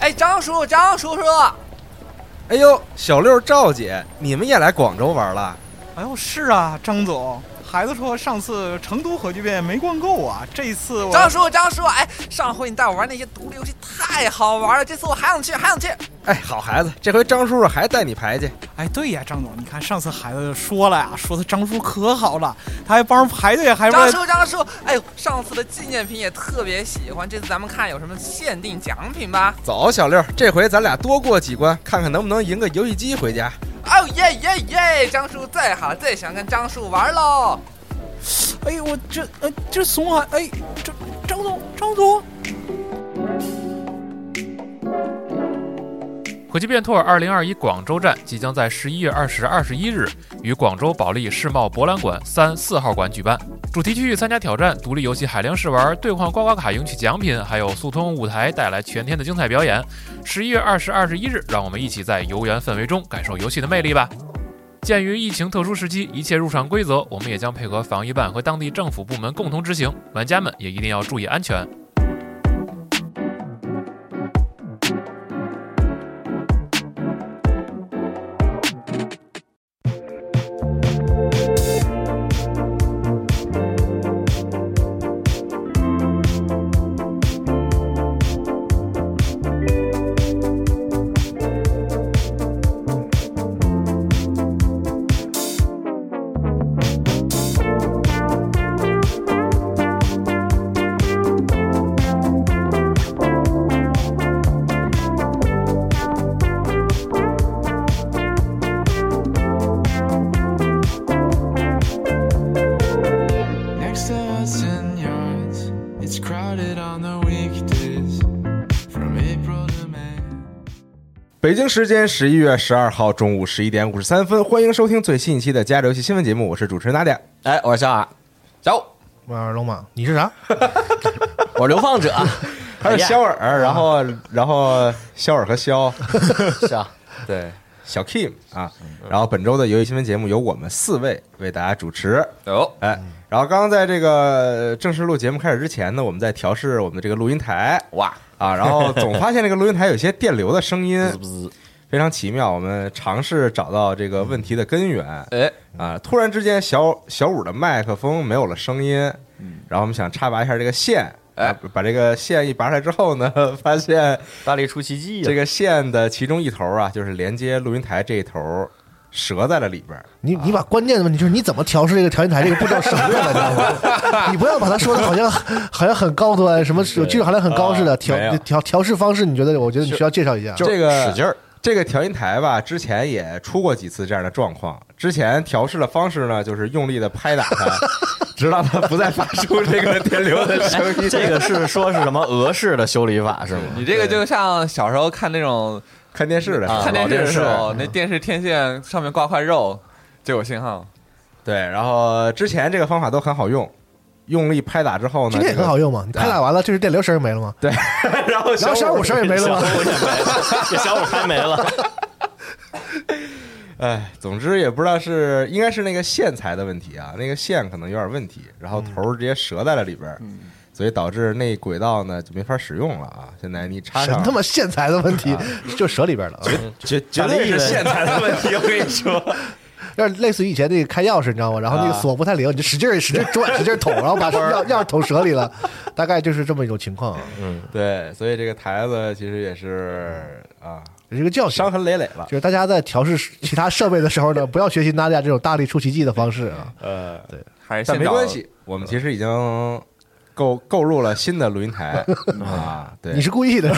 哎，张叔叔，张叔叔，哎呦，小六、赵姐，你们也来广州玩了？哎呦，是啊，张总，孩子说上次成都核聚变没逛够啊，这一次我张叔叔，张叔叔，哎，上回你带我玩那些独立游戏太好玩了，这次我还想去，还想去。哎，好孩子，这回张叔叔还带你排去。哎，对呀，张总，你看上次孩子就说了呀，啊说他张叔可好了，他还帮人排队，还张问叔叔，张叔叔，哎呦，上次的纪念品也特别喜欢，这次咱们看有什么限定奖品吧。走，小六，这回咱俩多过几关，看看能不能赢个游戏机回家。哦耶耶耶！张叔最好了，最想跟张叔玩喽。哎呦，我这呃这怂啊，哎，这张总，张总，核聚变 tour 二零二一广州站即将在十一月二十、二十一日于广州保利世贸博览馆三四号馆举办。主题区域参加挑战、独立游戏海量试玩、兑换刮刮卡赢取奖品，还有速通舞台带来全天的精彩表演。十一月二十、二十一日，让我们一起在游园氛围中感受游戏的魅力吧。鉴于疫情特殊时期，一切入场规则我们也将配合防疫办和当地政府部门共同执行，玩家们也一定要注意安全。 Next to us in yards, it's crowded on the weekdays from April to May. 北京时间十一月十二号中午十一点五十三分，欢迎收听最新一期的《家里游戏新闻节目》，我是主持人娜姐。哎，我是小雅，走，我是龙马，你是 啥？我是流放者， 哎还有肖尔，然后然后肖尔和肖 是啊，对，小 Kim 啊，然后本周的游戏新闻节目由我们四位为大家主持。哦走，哎，然后刚刚在这个呃正式录节目开始之前呢，我们在调试我们的这个录音台哇，啊，然后总发现这个录音台有些电流的声音滋不滋？非常奇妙，我们尝试找到这个问题的根源。哎，啊，突然之间小小五的麦克风没有了声音，嗯然后我们想插拔一下这个线。哎啊，把这个线一拔出来之后呢， 发现大力出奇迹啊呀、这个线的其中一头啊，就是连接录音台这一头折在了里边儿。你你把关键的问题就是你怎么调试这个调音台这个步骤省略了，你知道 吗？你不要把它说的好像好像很高端，什么有技术含量很高似的。啊没调有调调试方式，你觉得？我觉得你需要介绍一下。这个啊使劲儿，这个调音台吧，之前也出过几次这样的状况。之前调试的方式呢，就是用力的拍打 它，直到它不再发出这个电流的声音。这个是说是什么俄式的修理法是吗？你这个就像小时候看那种看电视的时候啊看电视的时老候，那电视天线上面挂块肉就有信号。对，然后之前这个方法都很好用，用力拍打之后呢，今天也很好用嘛？你拍打完了，这是电流声没了 吗？这个。然后然后小山五声也没了吗？给小五拍没了，哎，总之也不知道是应该是那个线材的问题啊，那个线可能有点问题，然后嗯头儿直接折在了里边儿，所以导致那轨道呢就没法使用了啊。现在你插什 上他妈线材的问题啊，就折里边了啊。绝绝绝对对是的线材的问题，我跟你说。有点类似于以前那个开钥匙，你知道吗？然后那啊个锁不太灵，你就使劲儿使劲儿转，使劲儿捅，然后 把钥钥匙捅舌里了，大概就是这么一种情况啊。 对，所以这个台子其实也是啊，这是个教训伤。痕累累了就。是大家在调试其他设备的时候呢，不要学习娜迪亚这种大力出奇迹的方式啊。呃，还是但先没找关，系，我们其实已经购购入了新的录音 台啊。对，你是故意的，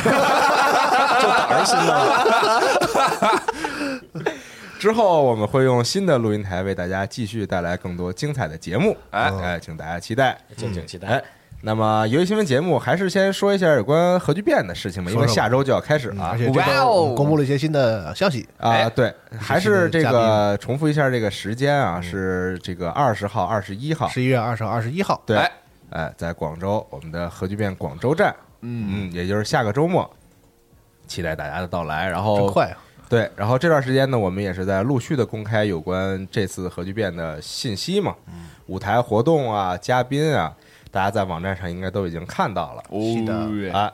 之后我们会用新的录音台为大家继续带来更多精彩的节目，哎哎，请大家期待。敬请期待哎。那么，游戏新闻节目还是先说一下有关核聚变的事情吧，因为说说吧嗯下周就要开始了而且这周哇我哦们公布了一些新的消息，啊。对，还是这嘉个重复一下这个时间啊，是这个二十号、二十一号，十一月二十号、二十一号，对哎，哎，在广州，我们的核聚变广州站，嗯，也就是下个周末，期待大家的到来。然真后，快啊！对，然后这段时间呢，我们也是在陆续的公开有关这次核聚变的信息嘛，舞台活动啊、嘉宾啊，大家在网站上应该都已经看到了是的，啊。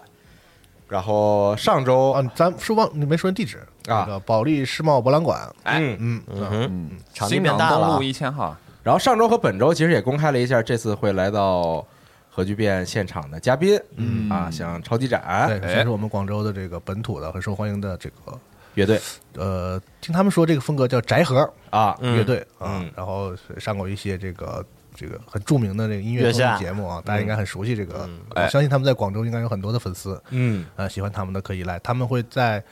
然后上周啊，咱是忘你没说地址啊那个保利世贸博览馆，哎，嗯，嗯，嗯哼，场地新变港大东了路，一千号，然后上周和本周其实也公开了一下，这次会来到核聚变现场的嘉宾，嗯啊，像超级展对，算是我们广州的这个本土的很受欢迎的这个乐队呃，听他们说这个风格叫宅盒啊，乐队啊嗯，然后上过一些这个。这个很著名的这个音乐月综下艺节目啊，大家应该很熟悉这个。哎我相信他们在广州应该有很多的粉丝，嗯呃，喜欢他们的可以来。他们会在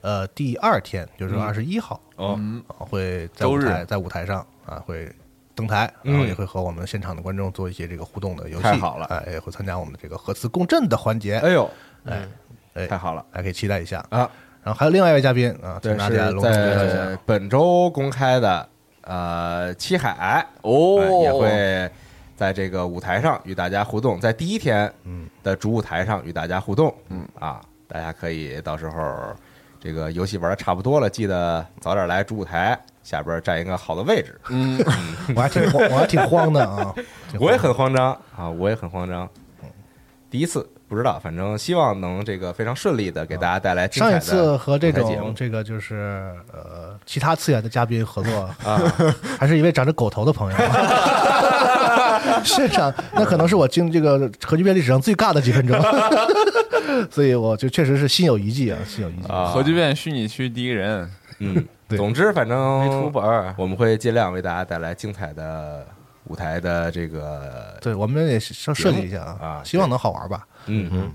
呃第二天，就是二十一号，哦啊会在舞台在舞台上啊会登台，然后嗯也会和我们现场的观众做一些这个互动的游戏。太好了哎，也会参加我们的这个核磁共振的环节，哎呦，哎哎太好了大家可以期待一下。啊！然后还有另外一位嘉宾啊，对，请大家是隆重介绍一在 下。本周公开的，呃，七海哦呃也会在这个舞台上与大家互动，在第一天嗯的主舞台上与大家互动，嗯啊，大家可以到时候这个游戏玩的差不多了，记得早点来主舞台下边占一个好的位 置。我还挺慌，我还挺慌的 啊，挺我也慌很慌张啊，我也很慌张，第一次不知道，反正希望能这个非常顺利的给大家带来精彩上的一次和这舞台节目种这个就是呃其他次元的嘉宾 合作啊，还是一位长着狗头的朋友，现场那可能是我经这个核聚变历史上最尬的 几分钟，所以我就确实是心有余悸啊，心有余悸。啊，核聚变虚拟区第一人，嗯，对总之反没出正本啊儿，我们会尽量为大家带来精彩的舞台的这个对，我们也是顺利一下节目啊啊，希望能好玩吧。嗯嗯。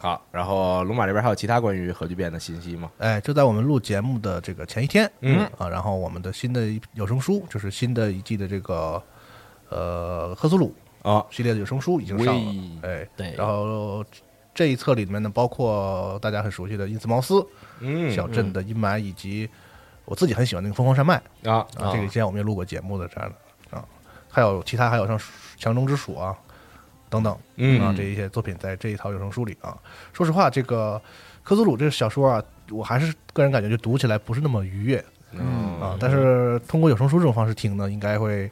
好，然后龙马这边还有其他关于核聚变的信息吗？哎，就在我们录节目的这个前一天，嗯啊，然后我们的新的一有声书，就是新的一季的这个呃赫苏鲁啊系列的有声书已经上了，哎，对然后这一册里面呢，包括大家很熟悉的因斯茅斯、嗯小镇的阴霾，以及我自己很喜欢那个疯狂山脉啊啊，这个之前我们也录过节目的这样的啊，还有其他还有像《强中之鼠》啊等等，嗯啊这一些作品在这一套有声书里啊，说实话，这个科苏鲁这个小说啊，我还是个人感觉就读起来不是那么愉悦嗯啊，但是通过有声书这种方式听呢，应该会。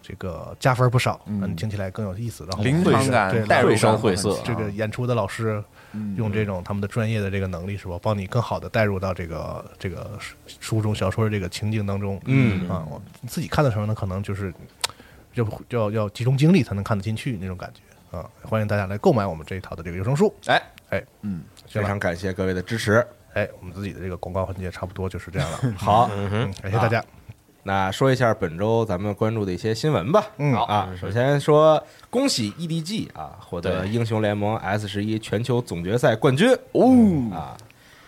这个加分不少，嗯，听起来更有意思。然后临场嗯对感、代入绘声感绘色很这强啊个演出的老师嗯嗯哦用这种他们的专业的这个能力，是吧，帮你更好的带入到这个这个书书中小说的这个情境当中。嗯啊，我自己看的时候呢，可能就是就就要要集中精力才能看得进去那种感觉啊。欢迎大家来购买我们这一套的这个有声书。哎哎，非常感谢各位的支持。哎，我们自己的这个广告环节差不多就是这样 了。好，嗯，感谢大家。那说一下本周咱们关注的一些新闻吧。嗯好啊，首先说恭喜 EDG 啊，获得英雄联盟 S 十一全球总决赛冠军哦啊，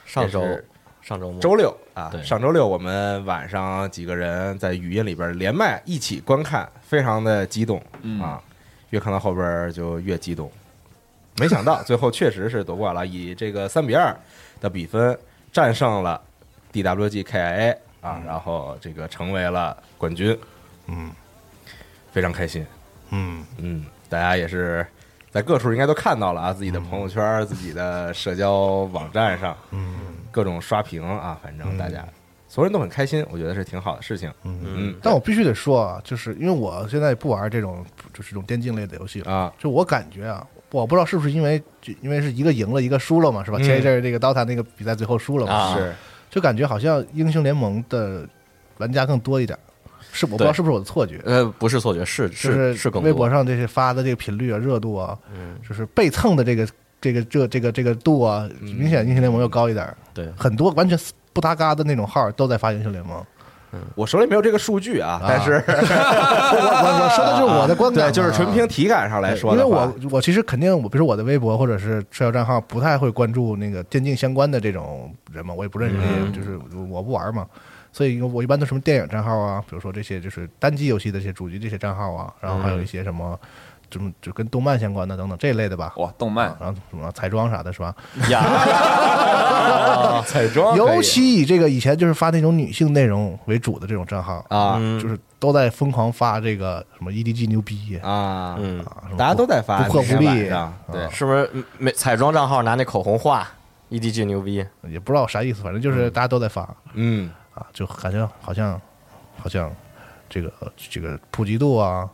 上周这是上周末周六啊，对上周六我们晚上几个人在语音里边连麦一起观看，非常的激动嗯嗯啊，越看到后边就越激动。没想到最后确实是夺冠了，以这个三比二的比分战胜了 DWG KIA 嗯啊，然后这个成为了冠军，嗯非常开心。嗯，嗯，大家也是在各处应该都看到了啊，自嗯己的朋友圈、自己的社交网站上，嗯，各种刷屏啊，反嗯正大家、所有人都很开心，我觉得是挺好的事情。嗯但我必须得说啊，就是因为我现在不玩这种就是这种电竞类的游戏了。啊，就我感觉啊，我不知道是不是因为就因为是一个赢了一个输了嘛，是吧？嗯前一阵儿那个 DOTA 那个比赛最后输了嘛，啊是就感觉好像英雄联盟的玩家更多一点儿，是我不知对道是不是我的错觉，呃不是错觉，是就是是更微博多，嗯上这些发的这个频率啊、热度啊，就是被蹭的这个这个这这个这个度啊，明显英雄联盟要高一点儿，嗯对很多完全不搭嘎的那种号儿都在发英雄联盟，我手里没有这个数据啊，啊但是 我我我说的就是我的观感嘛，对，就是纯凭体感上来说因为的话，我我其实肯定，我比如说我的微博或者是社交账号不太会关注那个电竞相关的这种人嘛，我也不认识这些，就是我不玩嘛，所以我一般都什么电影账号啊，比如说这些就是单机游戏的这些主机这些账号啊，然后还嗯有一些什么。什么就跟动漫相关的等等这一类的吧，哇，动漫然后什么彩妆啥的是吧？ 啊彩妆可以尤其以这个以前就是发那种女性内容为主的这种账号，嗯啊就是都在疯狂发这个什么 EDG 牛逼啊，嗯，啊，什么大家都在发不破不每天立啊晚上对是不是没彩妆账号拿那口红画 EDG 牛逼？也不知道啥意思，反正就是大家都在发，嗯啊，就感觉好像好像好像这个这个普及度啊，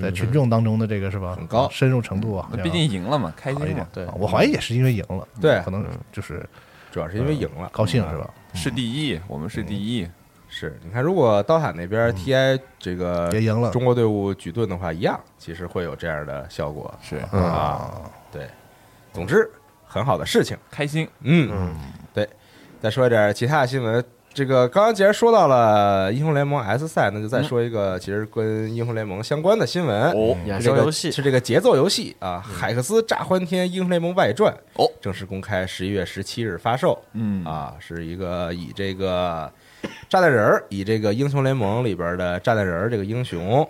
在群众当中的这个是吧，嗯很高嗯深入程度啊，好像毕竟赢了嘛，开好一心点嘛，。对啊我怀疑也是因为赢了，对嗯可能就是主要是因为赢了，高兴是吧？是第一，我们是第一，是你看，如果刀塔那边 TI 这个嗯也赢了嗯中国队伍举盾的话，一样，其实会有这样的效果是啊。对，总之很好的事情。开心。嗯，对。再说一点其他的新闻。这个刚刚既然说到了英雄联盟 S 赛，那就再说一个其实跟英雄联盟相关的新闻。哦衍是这生个游戏是这个节奏游戏啊，海克斯炸欢天英雄联盟外传》哦，正式公开十一月十七日发售。嗯啊，是一个以这个炸弹人儿，以这个英雄联盟里边的炸弹人儿这个英雄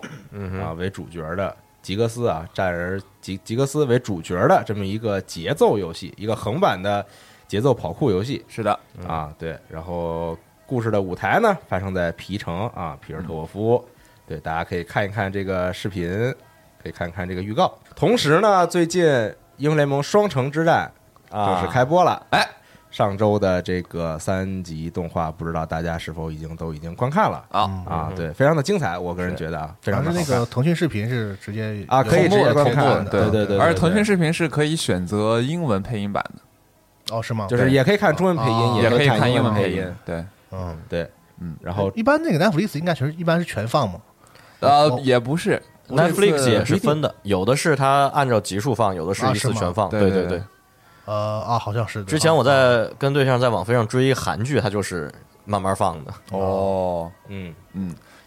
啊为主角的吉格斯啊，炸弹人儿吉吉格斯为主角的这么一个节奏游戏，一个横版的节奏跑酷游戏是的，啊，对，然后故事的舞台呢发生在皮城啊，皮尔特沃夫，嗯对，大家可以看一看这个视频，可以看看这个预告。同时呢，最近英雄联盟双城之战正啊，式开播了。哎，上周的这个三集动画，不知道大家是否已经都已经观看了啊啊？对，非常的精彩，我个人觉得啊，非常然的后是嗯那好看个腾讯视频是直接啊，可以直同步接的观看，同步的啊对对对，而且腾讯是视频是可以选择英文配音版的，哦是吗？就是也可以看中文配音，哦啊也可以看看英文文配音音，。对，嗯，对，嗯，然后一般那个 Netflix 应该全是一般是全放嘛，呃哦，也不是 Netflix 也是这次分的，有的是它按照集数放，有的是啊一是次吗全放。对对对对对，呃啊好像是的之前我啊在跟对象在网飞上追一韩剧，它就是慢慢放的。哦。嗯，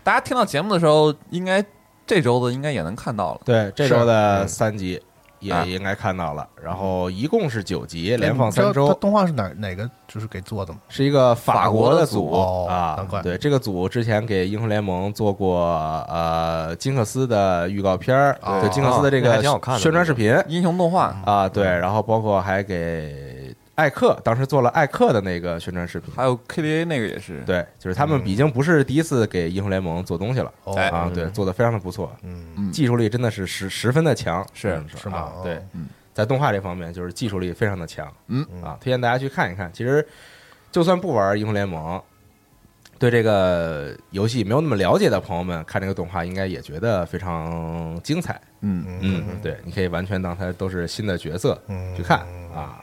大家听到节目的时候，应该这周的应该也能看到了。对，这周的三集啊也应该看到了，然后一共是九集，哎连放你知三道它周，动画是哪哪个就是给做的吗？是一个法国的组法国的组哦啊难怪。对，这个组之前给英雄联盟做过呃金克斯的预告片儿，哦对金克斯的这哦那个还挺好看的宣传视嗯频英雄动画啊，对，然后包括还给艾克，当时做了艾克的那个宣传视频。还有 KDA 那个也是，对，就是他们已经不是第一次给英雄联盟做东西了哦哎啊，对，做的非常的不错，嗯嗯技术力真的是十十分的强，是嗯是吗啊哦对嗯，在动画这方面就是技术力非常的强，嗯啊，推荐大家去看一看。其实就算不玩英雄联盟，对这个游戏没有那么了解的朋友们，看这个动画应该也觉得非常精彩。嗯，嗯，对，你可以完全当它都是新的角色嗯去看啊。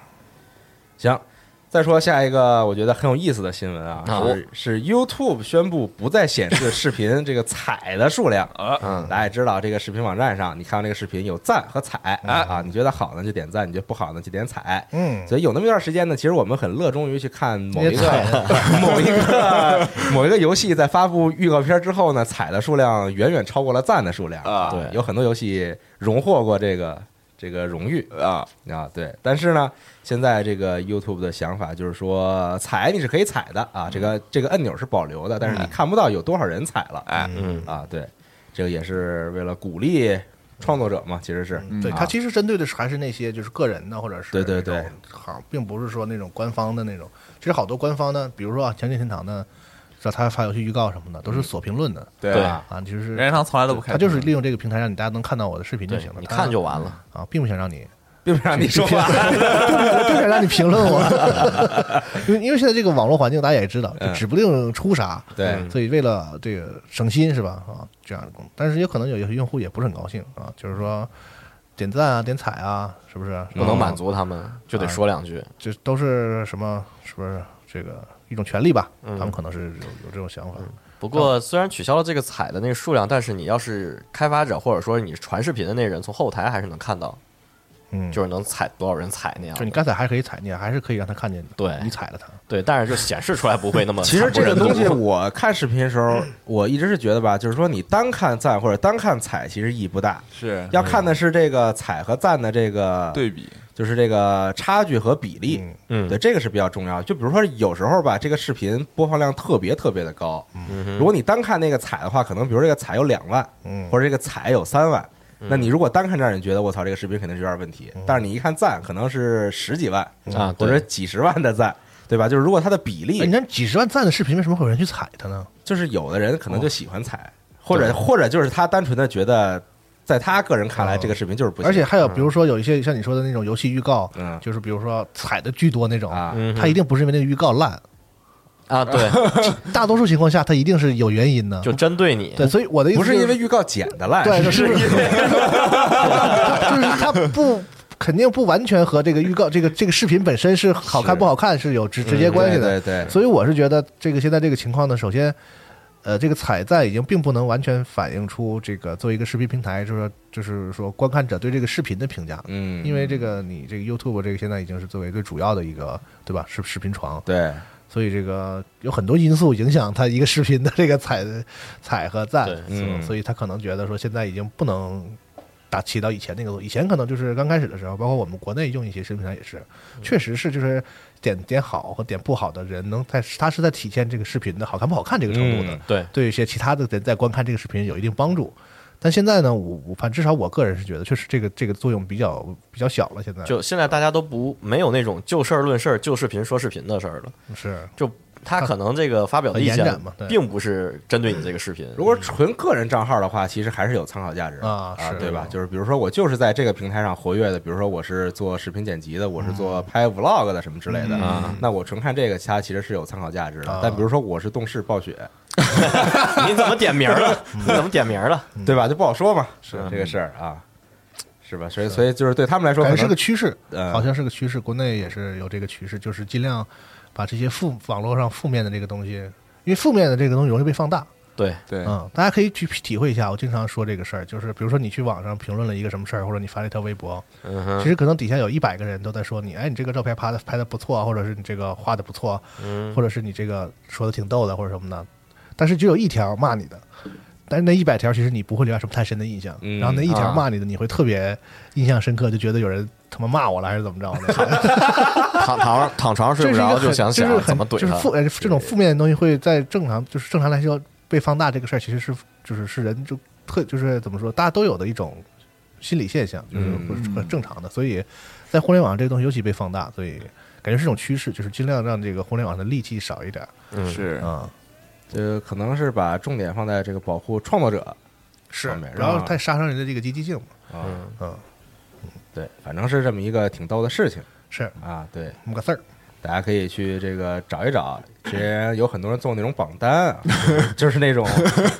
行，再说下一个我觉得很有意思的新闻啊，好是是 YouTube 宣布不再显示视频这个 彩的数量。嗯，大家也知道，这个视频网站上，你看到这个视频有赞和踩嗯啊，你觉得好呢就点赞，你觉得不好呢就点踩。嗯，所以有那么一段时间呢，其实我们很乐衷于去看某一那些踩个 某一个某一个游戏在发布预告片之后呢，踩的数量远远超过了赞的数量啊对，有很多游戏荣获过这个这个荣誉啊，啊。对，但是呢，现在这个 YouTube 的想法就是说，踩你是可以踩的啊，这个这个按钮是保留的，但是你看不到有多少人踩了。嗯哎，嗯啊，对，这个也是为了鼓励创作者嘛，其实是。对嗯它其实针对的是还是那些就是个人的，或者是对对对那种，好，并不是说那种官方的那种。其实好多官方呢，比如说啊，《强进天堂》呢，像他发游戏预告什么的，都嗯是锁评论的对对啊啊，就是任天堂从来都不开他屏，就是嗯利用这个平台让你大家能看到我的视频就对行，了，你看就完了。啊，并不想让你，并不让你说话，我并想让你评论我， 因为因为现在这个网络环境大家也知道，就嗯指不定出啥，对嗯所以为了这个省心是吧？啊，这样的功能，但是也可能有有些用户也不是很高兴啊，就是说点赞啊、点踩啊，是不是嗯不能满？足他们，就得说两句。这都是什么？是不是这个一种权利吧？嗯他们可能是有有这种想法。不过虽然取消了这个彩的那个数量，但是你要是开发者或者说你传视频的那人，从后台还是能看到，嗯，就是能踩多少人踩那样就的。你该踩还是可以踩，你还是可以让他看见的。对你踩了他，对，但是就显示出来不会那么其实惨这不个忍睹东西，我看视频的时候，我一直是觉得吧，就是说你单看赞或者单看踩，其实意义不大。是嗯要看的是这个踩和赞的这个，对比，就是这个差距和比例，嗯嗯对，这个是比较重要。就比如说有时候吧，这个视频播放量特别特别的高，嗯如果你单看那个踩的话，可能比如这个踩有两万，嗯，或者这个彩有三万，那嗯你如果单看这样，你觉得我操这个视频肯定是有点问题。嗯但是你一看赞，可能是十几万啊或对者几十万的赞，对吧？就是如果它的比哎你例，看几十万赞的视频，为什么会有人去踩他呢？就是有的人可能哦就喜欢彩，或者或者就是他单纯的觉得，在他个人看啊来哦这个视频就是不行，而且还有，比如嗯说有一些像你说的那种游戏预告，嗯就是比如说踩的巨多那种，啊嗯哼他一定不是因为那个预告烂，啊，对，大多数情况下，它一定是有原因的。就针对你，对，所以我的意思不就是因为预告剪的烂，对，是因为 就是它不肯定不完全和这个预告、这个这个视频本身是好看是嗯不好看是有直直接关系对的。对，对所以我是觉得这个现在这个情况呢，首先，呃，这个彩赞已经并不能完全反映出这个作为一个视频平台，就是说就是说观看者对这个视频的评价了，嗯，因为这个你这个 YouTube 这个现在已经是作为最主要的一个对吧视视频床，对所以这个有很多因素影响它一个视频的这个彩彩和赞对，嗯所以他可能觉得说现在已经不能。打起到以前那个作用，以前可能就是刚开始的时候，包括我们国内用一些视频平台也是，嗯确实是就是点点好和点不好的人，能在他是在体现这个视频的好看不好看这个程度的，嗯对，对一些其他的人在观看这个视频有一定帮助。但现在呢，我我反至少我个人是觉得，确实这个这个作用比较比较小了。现在就现在大家都不没有那种就事儿论事儿、就视频说视频的事儿了，是就他可能这个发表的意很延见展嘛对并不是针对你这个视频，如果纯个人账号的话，其实还是有参考价值的啊是对吧？就是比如说我就是在这个平台上活跃的，比如说我是做视频剪辑的，我是做拍 vlog 的什么之类的，嗯那我纯看这个，它其实是有参考价值的。啊但比如说我是动视暴雪，你怎么点名 儿了？你怎么点名儿了？对吧？就不好说嘛，是嗯这个事儿啊，是吧？所以所以就是对他们来说，感可觉能是个趋势，嗯呃好像是个趋势。国内也是有这个趋势，就是尽量把这些负网络上负面的这个东西，因为负面的这个东西容易被放大。对，对，嗯，大家可以去体会一下。我经常说这个事儿，就是比如说你去网上评论了一个什么事儿，或者你发了一条微博，嗯其哼，实可能底下有一百个人都在说你，哎，你这个照片拍的拍的不错，或者是你这个画的不错，嗯或者是你这个说的挺逗的，或者什么的。但是只有一条骂你的，但是那一百条其实你不会留下什么太深的印象。嗯然后那一条啊骂你的，你会特别印象深刻，就觉得有人他妈骂我了，还是怎么着的。躺躺躺床上这睡是不一着个很就想就是想很怎么怼就是负他，呃这种负面的东西会在正常就是正常来说被放大这个事儿，其实是就是是人就特就是怎么说，大家都有的一种心理现象，就是嗯不是很正常的。所以在互联网上这个东西尤其被放大，所以感觉是一种趋势，就是尽量让这个互联网的戾气少一点嗯，是啊。呃，可能是把重点放在这个保护创作者是方面然后太杀伤人的这个积极性嘛，啊，嗯，对，反正是这么一个挺逗的事情是啊，对。那么个事儿。大家可以去这个找一找，之前有很多人做那种榜单 啊，就是那种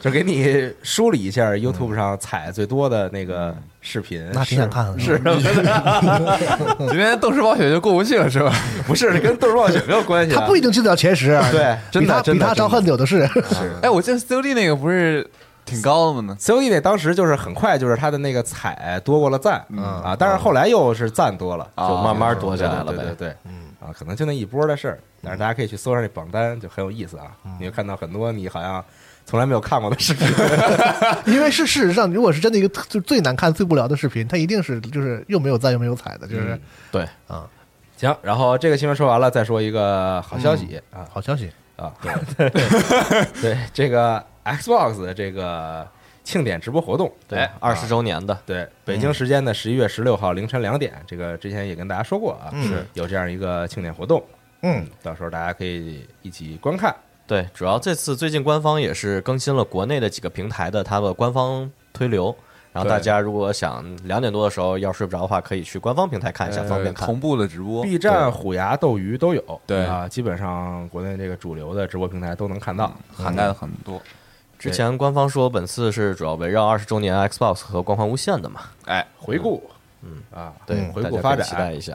就给你梳理一下 YouTube 上踩最多的那个视频，嗯那挺想看的是是什么的？今天斗士暴雪就过不去了是吧？不是跟豆儿暴雪没有关系、啊， 他不一定进得了前十啊，对真的 比他真比的他招恨的有的是。哎，我记得 COD 那个不是挺高的吗？ COD 那当时就是很快就是他的那个踩多过了赞、嗯啊，但是后来又是赞多了，啊就慢慢躲起对来了对对呗。对，嗯啊，可能就那一波的事儿，但是大家可以去搜上那榜单，就很有意思啊，嗯你会看到很多你好像从来没有看过的视频， 因为是事实上，如果是真的一个特就最难看、最无聊的视频，它一定是就是又没有赞又没有彩的，就是嗯对啊，行，然后这个新闻说完了，再说一个好消息、嗯啊好消息，啊！对，这个 Xbox 的这个庆典直播活动，对嗯哎，二十、啊周年的，对，北京时间的十一月十六号凌晨两点，这个之前也跟大家说过啊，嗯是有这样一个庆典活动，嗯，到时候大家可以一起观看。对，主要这次最近官方也是更新了国内的几个平台的它的官方推流，然后大对家如果想两点多的时候要睡不着的话，可以去官方平台看一下，呃方便看。同步的直哦播， B 站、虎牙、斗鱼都有，对啊，基本上国内这个主流的直播平台都能看到。嗯涵盖了很多。之前官方说本次是主要围绕二十周年 Xbox 和光环无限的嘛，哎，回顾，嗯啊，对，回大顾家发可以期待展，一下。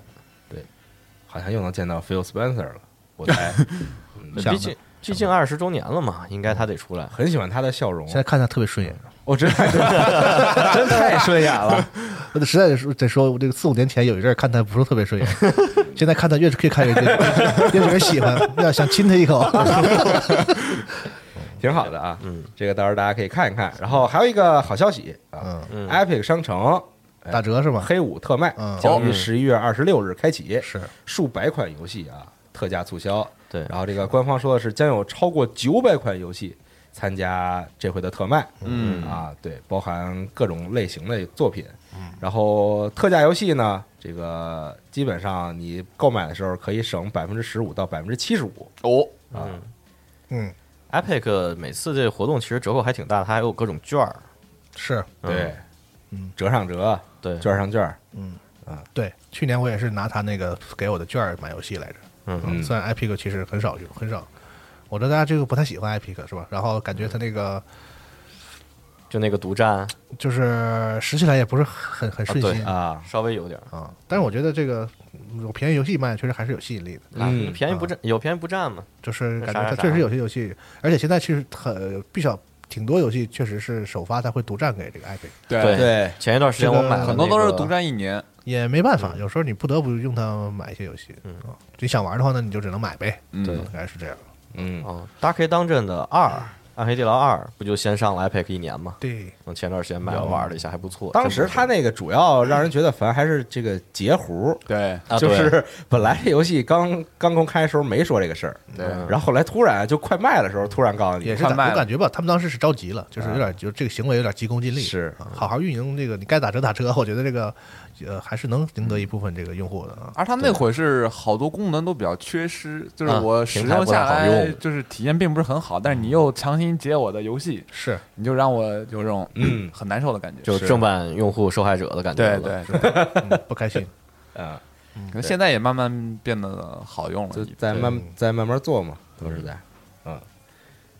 好像又能见到 Phil Spencer 了，我才 想毕竟毕竟二十周年了嘛，应该他得出来。很喜欢他的笑容啊现，在看他特别顺眼，我 真的真太顺眼了。我得实在是得说，我这个四五年前有一阵儿看他不是特别顺眼，现在看他越越看越越越越喜欢，要想亲他一口。挺好的啊，嗯，这个到时候大家可以看一看。然后还有一个好消息啊嗯，嗯，Epic 商城打折是吧？黑五特卖嗯将于十一月二十六日开启，是数百款游戏啊特价促销。对然后这个官方说的是将有超过九百款游戏参加这回的特卖，嗯啊，对，包含各种类型的作品。然后特价游戏呢，这个基本上你购买的时候可以省百分之十五到百分之七十五哦，啊，嗯， Epic 每次这活动其实折扣还挺大，它还有各种券儿。是嗯对嗯，折上折，对，券上券，对。去年我也是拿他那个给我的券儿买游戏来着，嗯嗯虽然 Epic 其实很少用，很少。我知道大家这个不太喜欢 Epic 是吧？然后感觉它那个就那个独占就是拾起来也不是很很顺心啊，稍微有点儿，啊。但是我觉得这个嗯有便宜游戏卖，确实还是有吸引力的。啊嗯便宜不占，有便宜不占嘛，就是感觉啥啥它啥确实有些游戏，而且现在其实很必须要挺多游戏确实是首发它会独占给这个 Epic，对对，前一段时间我买了、那个，很多都是独占一年，也没办法，有时候你不得不用它买一些游戏。嗯，你想玩的话呢，你就只能买呗。嗯，大概是这样。嗯，哦，《Dark Dungeon》的二，《暗黑地牢二》不就先上了 Epic 一年吗？对，我前段时间买了玩了一下，还不错。当时他那个主要让人觉得烦，还是这个截胡，对啊就对是本来这游戏刚刚公开的时候没说这个事儿，对，嗯然后后来突然就快卖的时候，突然告诉你也是快打卖了我感觉吧，他们当时是着急了，就是有点，就是这个行为有点急功近利。是啊，好好运营这个，你该打折打折，我觉得这个呃还是能赢得一部分这个用户的啊。而它那会儿是好多功能都比较缺失，就是嗯我使平台用不太下好来用就是体验并不是很好，但是你又强行解我的游戏，是，你就让我有这种嗯 很难受的感觉。就是正版用户受害者的感觉对了。对，嗯不开心。啊，可能现在也慢慢变得好用就了。再慢再慢慢做嘛，都是在，嗯。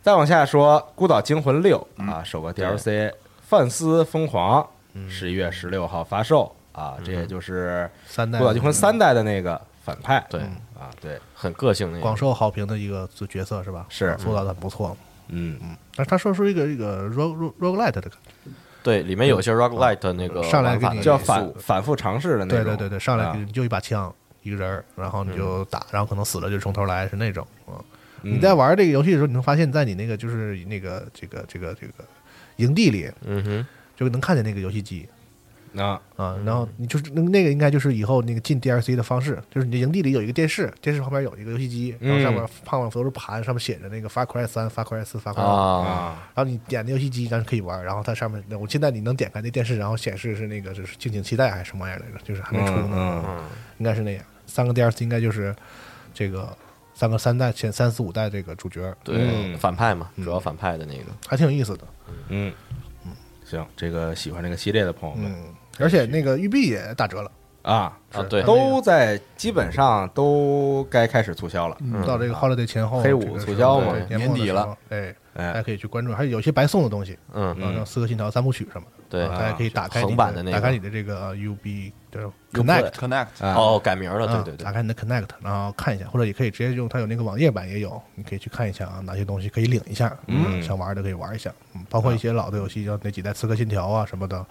再往下说，《孤岛惊魂六》啊，首个 DLC《范思疯狂》，嗯十一月十六号发售啊，这也就是三《代孤岛惊魂三代》的那个反派，对啊，对，很个性那广个。受好评的一个角色是吧？是做到的不错。嗯，但是他说出一个这个 rogue rogue roguelite 的感觉对，里面有一些 roguelite 那个嗯上来玩给法你的就要元素反反复尝试的那嗯对种，对对对，上来啊给你就一把枪，一个人儿，然后你就打，然后可能死了就从头来，是那种啊。嗯你在玩这个游戏的时候，你能发现，在你那个就是那个这个这个这个营地里，嗯哼，就能看见那个游戏机啊，啊。然后你就是那那个应该就是以后那个进 DLC 的方式，就是你的营地里有一个电视，电视旁边有一个游戏机，然后嗯上面放了都是盘，上面写着那个 Far Cry 三、Far Cry 四、Far Cry 五啊，啊，然后你点那游戏机，然后可以玩。然后它上面，我现在你能点开那电视，然后显示是那个就是敬请期待还是什么玩意儿来着？就是还没出呢，嗯应该是那样。三个 DLC 应该就是这个三个三代前三四五代这个主角，对，嗯反派嘛，嗯主要反派的那个。还挺有意思的。嗯，行，这个喜欢这个系列的朋友们嗯，而且那个育碧也打折了，啊，啊，嗯是对，都在基本上都该开始促销了，到这个 holiday 前后，黑五这个时候促销嘛对年底了，末的时候哎。大哎家，可以去关注，还有有些白送的东西，嗯，啊，像《刺客信条》三部曲什么的，对。大家可以打开你横版的那个打开你的这个 UB 就是 Connect Connect Connect，啊哦，改名了，啊对对打对，开你的 Connect，然后看一下，或者也可以直接用它有那个网页版也有，你可以去看一下啊，哪些东西可以领一下，嗯想玩的可以玩一下，嗯，包括一些老的游戏，像那几代《刺客信条》啊什么的，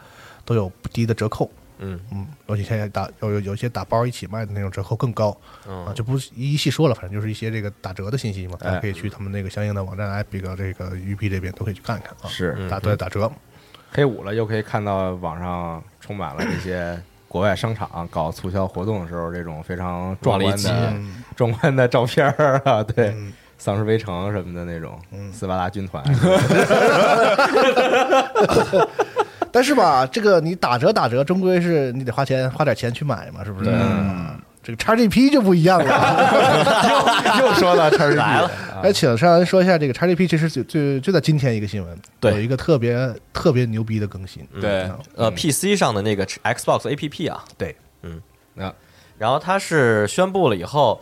都有不低的折扣，嗯嗯，尤其现在打有有有一些打包一起卖的那种折扣更高，嗯啊，就不一一细说了，反正就是一些这个打折的信息嘛，大哎家可以去他们那个相应的网站 i p 个这个 UP 这边都可以去看看啊，嗯是打对打折，黑五了，又可以看到网上充满了这些国外商场搞促销活动的时候，这种非常壮观的嗯，壮观的照片儿啊，对。嗯丧尸围城什么的那种，嗯斯巴达军团，但是吧，这个你打折打折，终归是你得花钱花点钱去买嘛，是不是？嗯这个 XGP 就不一样了，又说 到 XGP 来了来，哎请上来说一下这个 XGP，其实就就就在今天一个新闻，对有一个特别特别牛逼的更新，对嗯呃，PC 上的那个 Xbox APP 啊，对，啊然后它是宣布了以后，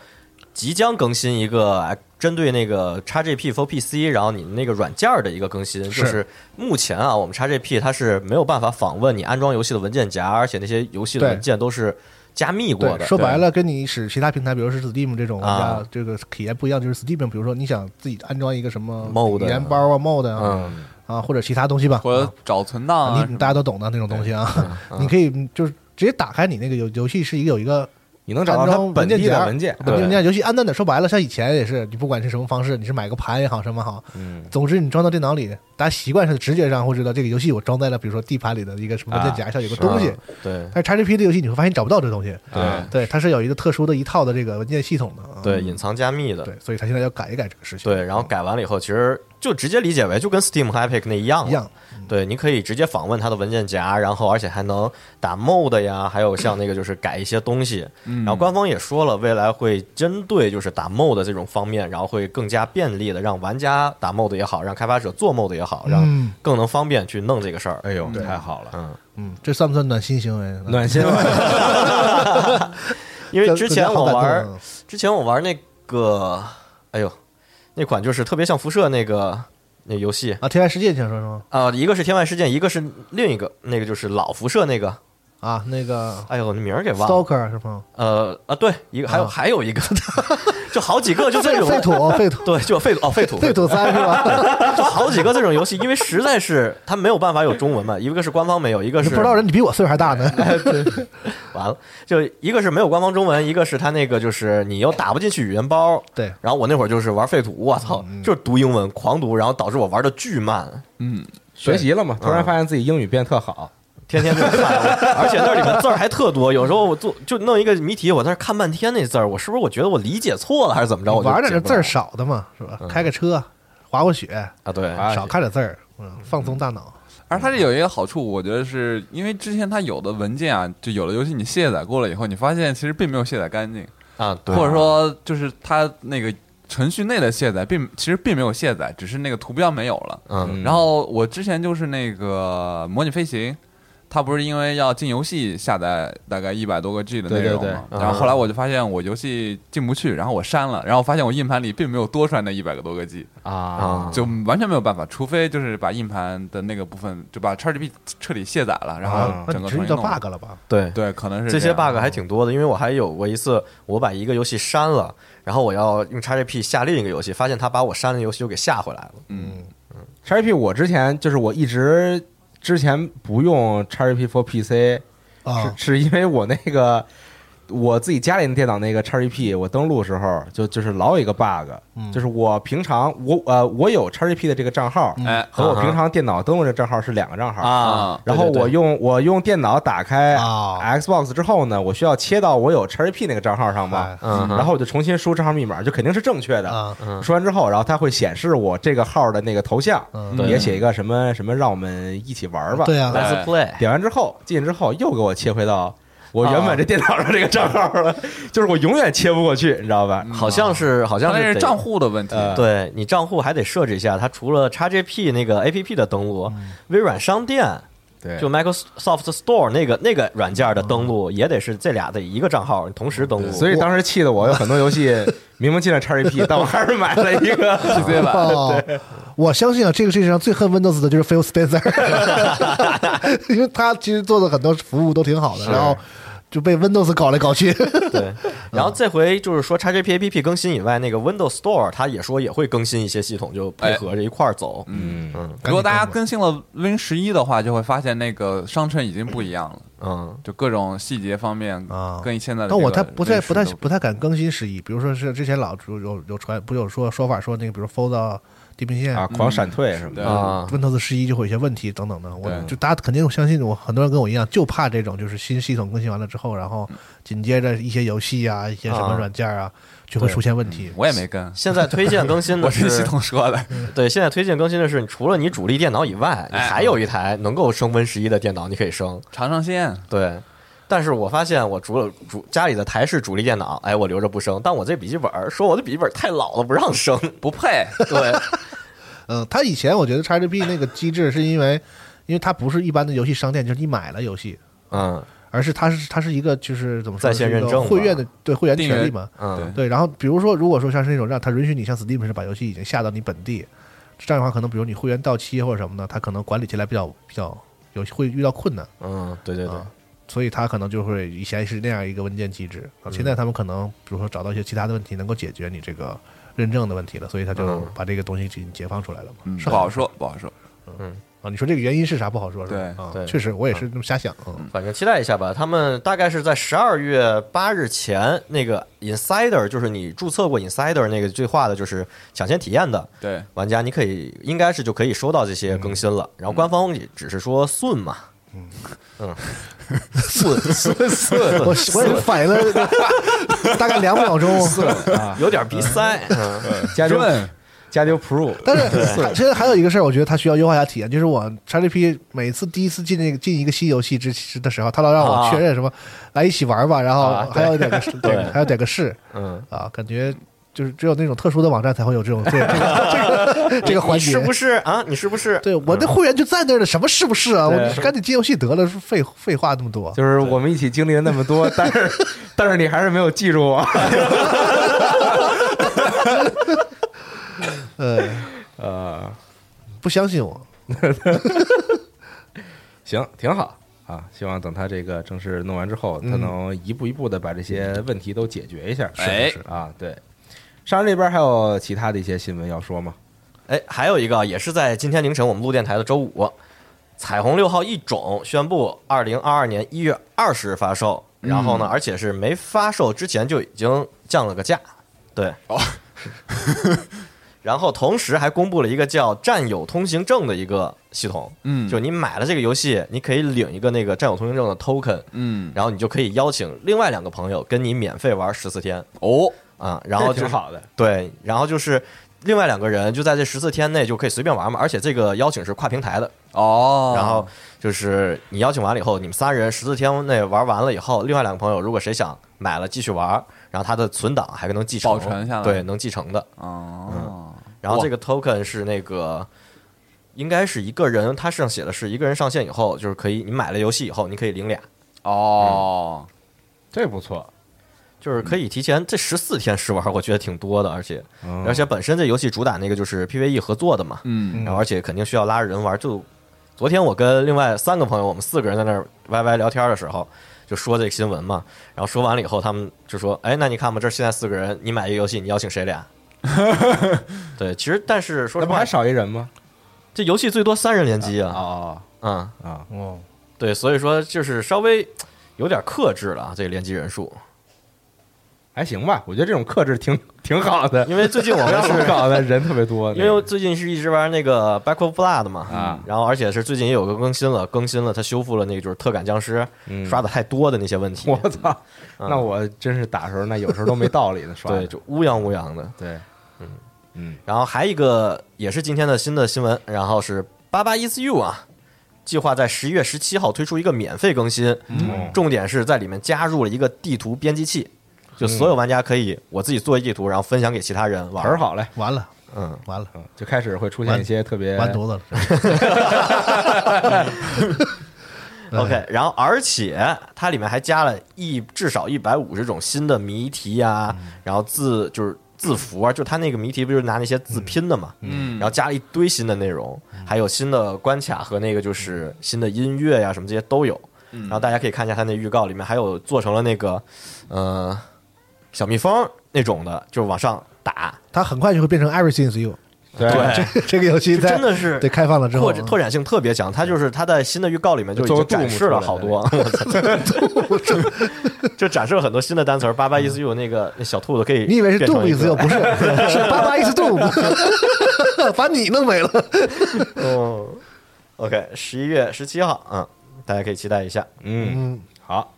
即将更新一个哎针对那个 XGP for PC，然后你那个软件儿的一个更新，就是目前啊，我们 XGP 它是没有办法访问你安装游戏的文件夹，而且那些游戏的对文件都是加密过对，的。说白了，跟你使其他平台，比如说是 Steam 这种玩家，啊这个体验不一样。就是 Steam，比如说你想自己安装一个什么 Mod 啊钱包啊、mod 啊、嗯，啊或者其他东西吧，或啊者找存档啊你什你么大的，家都懂的那种东西啊，你可以就是直接打开你那个游游戏是一个有一个你能找到安它装本地文件的夹文件，本地文件，尤其按那点说白了，像以前也是，你不管是什么方式，你是买个盘也好，什么好，嗯，总之你装到电脑里，大家习惯上、直觉上会知道这个游戏我装在了，比如说 D 盘里的一个什么文件夹上有个东西啊，对但是 XGP 的游戏你会发现找不到这东西，对对，它是有一个特殊的一套的这个文件系统的，啊对，隐藏加密的。对，所以它现在要改一改这个事情，对，然后改完了以后，其实就直接理解为就跟 Steam 和 Epic 那一样了一样，对，你可以直接访问它的文件夹，然后而且还能打 mod 呀，还有像那个就是改一些东西。嗯然嗯后官方也说了，未来会针对就是打 mod 这种方面，然后会更加便利的让玩家打 mod 也好，让开发者做 mod 也好，让嗯更能方便去弄这个事儿。哎呦，太好了，嗯，嗯，这算不算暖心行为？暖心了，因为之前好我嗯啊玩，之前我玩那个，哎呦，那款就是特别像辐射那个那游戏啊，天外世界你想说什么啊、一个是天外事件，一个是另一个那个就是老辐射那个，啊？那个哎呦，那名儿给忘了。 Stalker 是吗？呃啊，对，一个还有、啊还有一个， 就好几个就这种废土，废土，对，就废土哦废土 废土三是吧？就好几个这种游戏，因为实在是它没有办法有中文嘛， 一个是官方没有，一个不是知道人你比我岁数还大呢。完了，就一个是没有官方中文，一个是它那个就是你又打不进去语言包。对，然后我那会儿就是玩废土，我操，嗯就是读英文狂读，然后导致我玩的巨慢，嗯，学习了嘛，突嗯然发现自己英语变特好，天 天就看，而且那里面字儿还特多，有时候我做就弄一个谜题，我在那儿看半天那字儿，我是不是我觉得我理解错了还是怎么着？我就玩点解这不字了儿少的嘛，是吧？开个车，滑滑雪，啊，对，啊哎少看点字儿，嗯，放松大脑。而它这有一个好处，我觉得是因为之前它有的文件啊，就有的游戏你卸载过了以后，你发现其实并没有卸载干净，啊，对，或者说就是它那个程序内的卸载并其实并没有卸载，只是那个图标没有了。嗯然后我之前就是那个模拟飞行，它不是因为要进游戏下载大概一百多个 G 的内容嘛，对对对然后嗯后来我就发现我游戏进不去，然后我删了，然后发现我硬盘里并没有多出来那一百个多个 G，啊就完全没有办法，除非就是把硬盘的那个部分就把 XGP 彻底卸载了，然啊那后，整你个是重遇新到弄。 bug 了吧？对对，可能是这些样 bug 还挺多的，因为我还有过一次，我把一个游戏删了，然后我要用 XGP 下另一个游戏，发现他把我删的游戏又给下回来了。嗯 XGP 我之前就是我一直之前不用 XGP for PC，啊是，是因为我那个我自己家里的电脑那个 XGP，我登录时候就就是老有一个 bug，嗯就是我平常我呃我有 XGP 的这个账号嗯，哎和我平常电脑登录这账号是两个账号。啊然后我用我用电脑打开啊 Xbox 之后呢，我需要切到我有 XGP 那个账号上嘛哎，嗯哼，嗯然后我就重新输账号密码，就肯定是正确的。啊，说完之后，然后它会显示我这个号的那个头像，嗯对也写一个什么什么让我们一起玩吧。对啊， Let's Play 点完之后进去之后又给我切回到我原本这电脑上这个账号啊了， 就是我永远切不过去，你知道吧？好像是好像那是是得账。户的问题，呃对你账户还得设置一下，它除了 XGP 那个 APP 的登录，微软商店对就 Microsoft Store 那个那个软件的登录，也得是这俩得一个账号同时登录。所以当时气得我有很多游戏明明进了 XGP，但我还是买了一个 PC 版。 哦，我相信啊，这个世界上最恨 Windows 的就是 Phil Spencer，因为他其实做的很多服务都挺好的，然后就被 Windows 搞来搞去。对，然后这回就是说 XGP APP 更新以外，那个 Windows Store 它也说也会更新一些系统，就配合着一块儿走。嗯嗯如果大家更新了 Win 十一的话，就会发现那个商城已经不一样了，嗯就各种细节方面啊跟现在的这但呃个我认太不太不识都。太不太敢更新十一，比如说是之前老有有有传不有说说法说那个，比如 fold 到地平线啊，狂闪退什么对的。啊， Windows 十一就会有一些问题等等的，我对就大家肯定我相信我，很多人跟我一样，就怕这种就是新系统更新完了之后，然后紧接着一些游戏啊、一些什么啊软件啊，就会出现问题。嗯我也没跟，现在推荐更 新我的是是系统说的。对，现在推荐更新的是，除了你主力电脑以外，你哎还有一台能够升 Win 十一的电脑，你可以升。尝尝鲜，对，但是我发现我除了主家里的台式主力电脑，哎，我留着不升，但我这笔记本儿说我的笔记本太老 了，不让升。不配。 对，嗯，它以前我觉得 XGP 那个机制是因为，因为它不是一般的游戏商店，就是你买了游戏，嗯而是它是它是一个就是怎么说在线是一个认证会吧员的对会员订权阅利嘛。嗯，对，然后比如说，如果说像是那种让它允许你像 Steam 似的把游戏已经下到你本地，这样的话，可能比如你会员到期或者什么的，它可能管理起来比较比较有会遇到困难。嗯，对对对啊，所以它可能就会以前是那样一个文件机制，啊，现在他们可能比如说找到一些其他的问题能够解决你这个认证的问题了，所以他就嗯把这个东西给你解放出来了嘛。嗯是不好说，不好说。啊，你说这个原因是啥不好说，是吧？对啊对确实我也是这么瞎想，嗯反正期待一下吧。他们大概是在十二月八日前，那个 Insider 就是你注册过 Insider 那个最化的，就是抢先体验的对，玩家，你可以应该是就可以收到这些更新了。然后官方也只是说顺嘛， 嗯顺 顺我顺，我也反应了 大概两秒钟，有点鼻塞。嗯加丢加丢 Pro，但是还现在还有一个事儿，我觉得它需要优化一下体验，就是我 XGP 每次第一次进那个进一个新游戏之之的时候，他老让我啊确认什么、来一起玩吧，然后啊对还要点 个对，还要点个是嗯，啊，感觉就是只有那种特殊的网站才会有这种这个这个这个这个环 你是节不。是啊？你是不是？对，我的会员就在那儿了，什么是不是啊？我对赶紧进游戏得了，是废废话那么多。就是我们一起经历了那么 多，但是但是你还是没有记住我。呃呃不相信我，行，挺好啊。希望等他这个正式弄完之后，他能一步一步的把这些问题都解决一下。哎是啊，对。商人这边还有其他的一些新闻要说吗？哎，还有一个啊也是在今天凌晨我们录电台的周五，彩虹六号一种宣布二零二二年一月二十日发售，然嗯后呢，而且是没发售之前就已经降了个价，对，哦， 然后同时还公布了一个叫“战友通行证”的一个系统，嗯就你买了这个游戏，你可以领一个那个战友通行证的 token，嗯，然后你就可以邀请另外两个朋友跟你免费玩十四天哦，啊，然后这就挺是好的。对，然后就是另外两个人就在这十四天内就可以随便玩嘛，而且这个邀请是跨平台的，哦，然后就是你邀请完了以后，你们仨人十四天内玩完了以后，另外两个朋友如果谁想买了继续玩，然后他的存档还能继承，保存下来对，能继承的。哦，然后哇这个 token 是那个。应该是一个人，他上写的是一个人上线以后，就是可以你买了游戏以后，你可以领俩，哦，这不错，就是可以提前这十四天试玩，我觉得挺多的，而且嗯而且本身这游戏主打那个就是 PVE 合作的嘛，嗯，然后而且肯定需要拉着人玩。就昨天我跟另外三个朋友，我们四个人在那儿 YY 聊天的时候，就说这个新闻嘛。然后说完了以后，他们就说：“哎，那你看吧，这现在四个人，你买一个游戏，你邀请谁俩？” 对，其实但是说那实不话还，少一人吗？这游戏最多三人联机啊，哦嗯，啊，哦，对，所以说就是稍微有点克制了啊，这个联机人数。还行吧。我觉得这种克制挺挺好的，因为最近我们挺是 好的，人特别多。因为最近是一直玩那个 Back of Blood 嘛，哦啊然后而且是最近也有个更新了，更新了它修复了那个就是特感僵尸、嗯刷的太多的那些问题，我操，嗯那我真是打的时候那有时候都没道理的刷的。对，就乌泱乌泱的。对，嗯然后还一个也是今天的新的新闻，然后是八八 is you 啊，计划在十一月十七号推出一个免费更新，嗯重点是在里面加入了一个地图编辑器，就所有玩家可以我自己做一地图，然后分享给其他人嗯，玩词儿。好嘞，完了嗯，完了，嗯就开始会出现一些特别完犊子了。对 OK，然后而且它里面还加了一至少一百五十种新的谜题啊，嗯然后字就是字符啊，就它那个谜题不就是拿那些字拼的嘛，嗯然后加了一堆新的内容，还有新的关卡和那个就是新的音乐呀、什么这些都有。然后大家可以看一下它那预告，里面还有做成了那个呃小蜜蜂那种的，就是往上打，它很快就会变成 Everything is you。对 这这个游戏就在真的是对开放了之后拓，拓展性特别强，它就是它在新的预告里面就已经展示了好多，我 操 就展示了很多新的单词儿。八八 is you 那个那小兔子可以，你以为是 Doom 动 is you？不是， 是八八 is Doom，把你弄没了。嗯，OK，十一月十七号，嗯，大家可以期待一下。嗯，嗯，好。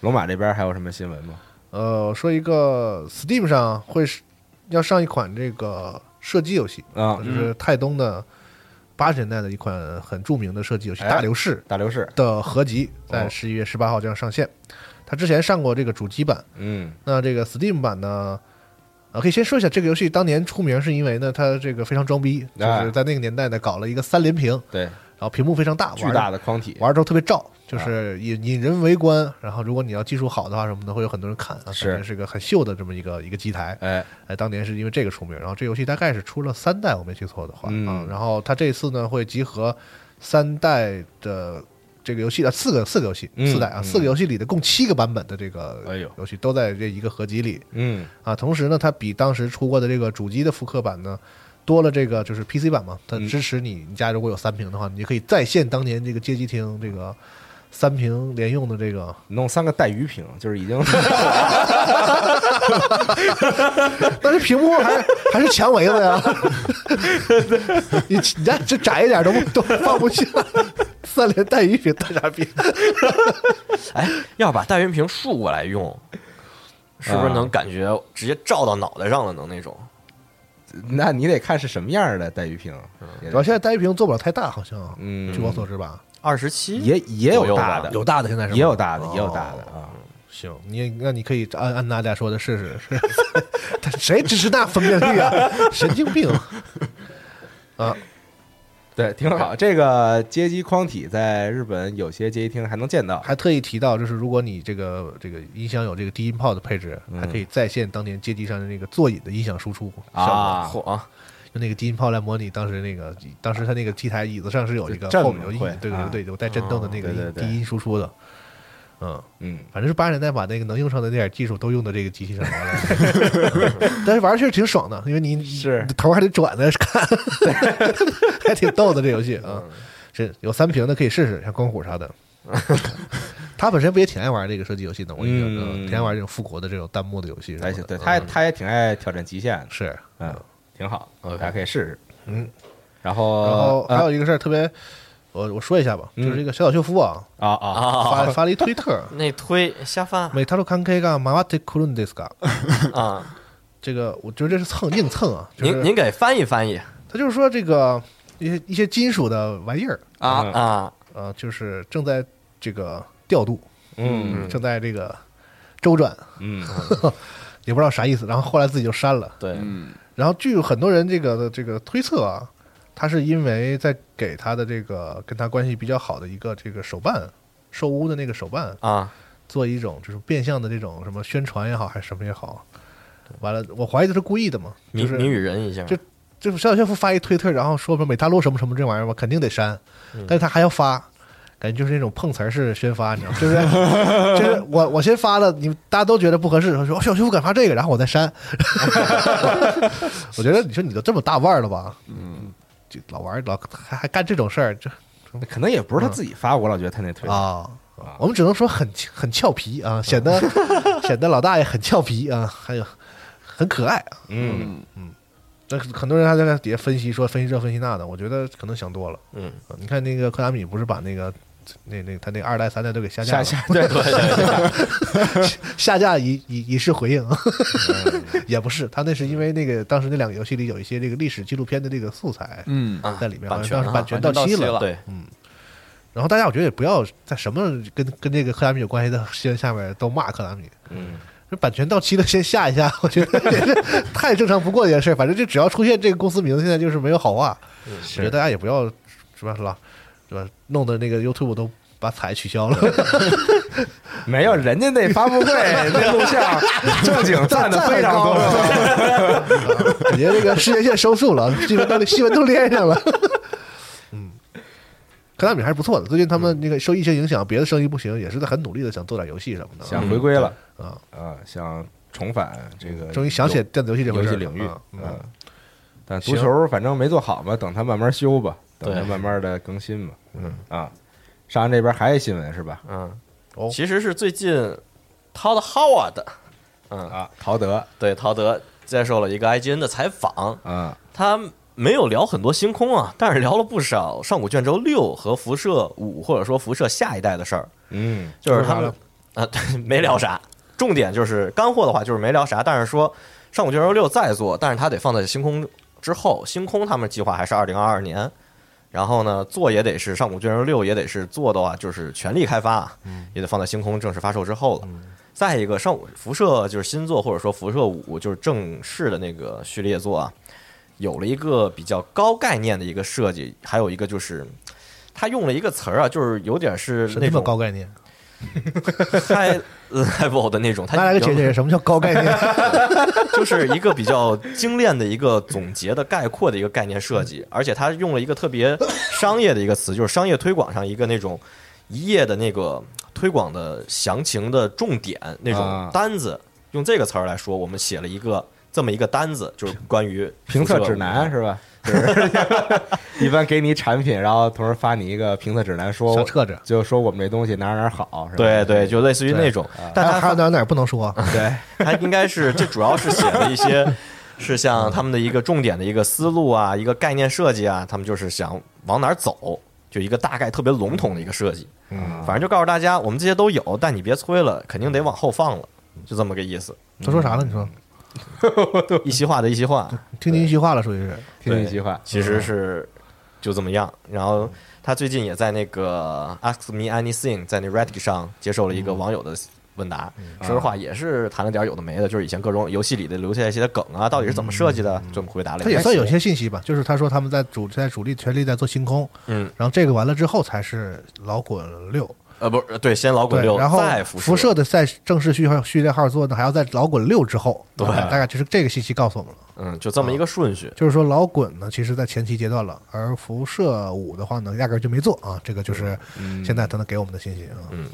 龙马这边还有什么新闻吗？呃，说一个 Steam 上会是要上一款这个射击游戏，啊，就是泰东的八十年代的一款很著名的射击游戏哎《大流士》大流士，的合集，在哦十一月十八号将上线。它之前上过这个主机版，嗯那这个 Steam 版呢，啊，可以先说一下这个游戏当年出名是因为呢，它这个非常装逼，就哎是在那个年代呢搞了一个三连屏，然，对，后屏幕非常大，巨大的框体啊玩，玩之后特别啊照，就是引引人围观。然后如果你要技术好的话什么的，会有很多人看啊，是感觉是个很秀的这么一个一个机台。哎，哎，当年是因为这个出名。然后这游戏大概是出了三代，我没记错的话、嗯啊。然后它这次呢会集合三代的这个游戏啊，四个四个游戏，嗯四代啊，嗯四个游戏里的共七个版本的这个哎呦游戏都在这一个合集里嗯啊。同时呢，它比当时出过的这个主机的复刻版呢。多了这个就是 PC 版嘛，它嗯支持你，你家如果有三屏的话，你就可以再现当年这个街机厅这个三屏联用的这个 弄三个带鱼屏，就是已经但是屏幕 还还是墙围子 呀，你你家这窄一点都不都放不下，三连带鱼屏大傻逼，哎，要把大云屏竖过来用，是不是啊能感觉直接照到脑袋上了？能那种？那你得看是什么样的带鱼屏，也主要现在带鱼屏做不了太大，好像，嗯据我所知吧，二十七也也左有右大吧的，有大的现在是吗也有大的，哦也有大的啊，行，你那你可以按按娜姐说的试试，是 他谁支持那分辨率啊？神经病！对，挺好。这个街机框体在日本有些街机厅还能见到，还特意提到，就是如果你这个这个音箱有这个低嗯音炮的配置，还可以再现当年街机上的那个座椅的音响输出效果啊火啊，用那个基因炮来模拟当时那个，当时它那个机台椅子上是有一个震后面有一会对啊对对，有带震动的那个哦对对对低音输出的，嗯，嗯，反正是八十年代把那个能用上的那点技术都用到这个机器上来了， 但是玩儿确实挺爽的，因为你是你头还得转着看， 还挺逗的这游戏嗯啊。是有三屏的可以试试，像光虎 啥的。他本身不也挺爱玩这个射击游戏的？我也觉得嗯挺爱玩这种复古的这种弹幕的游戏什么还的。行，对，嗯他也他也挺爱挑战极限的，是嗯，挺好，大 OK 家可以试试。嗯，然后然后还呃有一个事儿特别，我我说一下吧，嗯就是这个小岛秀夫 啊，啊啊，发发了一推特，那推下饭美塔鲁康 K が回ってくるんですか？啊，这个我觉得这是蹭硬蹭啊，就您是您给翻译翻译他就是说这个一些一些金属的玩意儿，啊，嗯啊，呃，就是正在这个调度，嗯正在这个周转，嗯也不知道啥意思。然后后来自己就删了。对，嗯，然后据很多人这个这个推测啊，他是因为在给他的这个跟他关系比较好的一个这个手办兽屋的那个手办啊，做一种就是变相的这种什么宣传也好还是什么也好，完了我怀疑他是故意的嘛，谜就是谜语人一下，就就是小小炫夫发一推特，然后说什么美大陆什么什么这玩意儿，我肯定得删，但是他还要发，感觉就是那种碰瓷儿式宣发，你知道吗？就是就是我我先发了，你们大家都觉得不合适，说哦小小炫夫敢发这个，然后我再删。 我觉得你说你都这么大腕儿了吧？嗯，就老玩儿老还还干这种事儿，这可能也不是他自己发，我老觉得他那推，啊。我们只能说很很俏皮啊，显 得显得老大爷很俏皮啊，还有很可爱啊。嗯，那很多人还在底下分析说分析这分析那的，我觉得可能想多了。嗯啊，你看那个科达米不是把那个那那他那二代三代都嗯给下架下下了，对对对，下架以以以示回应， 也不是，他那是因为那个当时那两个游戏里有一些这个历史纪录片的这个素材嗯，啊在里面，版好像权当时啊版权到期了。对，然后大家我觉得也不要在什么跟跟这个科达米有关系的新闻下面都骂科达米，嗯，这版权到期了先下一下， 我觉得也是太正常不过的一件事。反正就只要出现这个公司名，现在就是没有好话。我觉得大家也不要是吧，老是吧，弄得那个 YouTube 都把彩取消 了。 没有人家那发布会那录像正 经赞的非常多，感觉这个世界线收束了，新闻都新闻都连 上了。嗯，科纳米还是不错的。最近他们那个受疫情影响，别的生意不行，也是在很努力的想做点游戏什么的。想回归了啊，啊，想重返这个，嗯终于想起电子游戏这回游事戏儿了领域啊，嗯嗯，但足球反正没做好嘛，等他慢慢修吧，等他对慢慢的更新嘛，嗯啊，上岸这边还有新闻是吧？嗯哦，其实是最近 Todd Howard，嗯，啊，陶德对，陶德接受了一个 IGN 的采访，啊，他没有聊很多星空啊，但是聊了不少上古卷轴六和辐射五，或者说辐射下一代的事儿， 嗯就是说他啥们了啊，对，没聊啥。重点就是干货的话，就是没聊啥，但是说上古卷轴六在做，但是它得放在星空之后，星空他们计划还是二零二二年。然后呢，做也得是上古卷轴六，也得是做的话，就是全力开发啊，嗯也得放在星空正式发售之后了。再一个，上古辐射就是新作，或者说辐射五就是正式的那个序列作啊，有了一个比较高概念的一个设计，还有一个就是他用了一个词儿啊，就是有点是什那么种高概念？ high level 的那种，它大家给解解什么叫高概念？就是一个比较精炼的一个总结的概括的一个概念设计，而且它用了一个特别商业的一个词，就是商业推广上一个那种一页的那个推广的详情的重点那啊种单子，用这个词儿来说，我们写了一个这么一个单子，就是关于评测指南 辐射是吧？就是一般给你产品，然后同时发你一个评测指南，说小册子就说我们这东西哪儿哪儿好，是吧？对对，就类似于那种，但嗯还它有还有哪儿哪儿不能说？啊对， 它应该是这主要是写了一些是像他们的一个重点的一个思路啊，一个概念设计啊，他们就是想往哪儿走，就一个大概特别笼统的一个设计。嗯反正就告诉大家，我们这些都有，但你别催了，肯定得往后放了，就这么个意思。他说啥了？你说，嗯一席话的一席话，听进一句话了，属于是。听一句话，其嗯实是就这么样。然后他最近也在那个 Ask Me Anything 在那 Reddit 上接受了一个嗯网友的问答，说实话啊也是谈了点有的没的，就是以前各种游戏里的留下一些梗啊，到底是怎么设计的，这么回答了一嗯他下。哎也算有些信息吧，就是他说他们在主在主力全力在做星空，嗯，然后这个完了之后才是老滚六，呃，不是，对，先老滚对六，，然后再辐射的在正式序号序列号做呢，还要在老滚六之后，对大概就是这个信息告诉我们了。嗯，就这么一个顺序。就是说老滚呢，其实在前期阶段了，而辐射五的话呢，压根儿就没做啊，这个就是嗯现在他能给我们的信息啊。嗯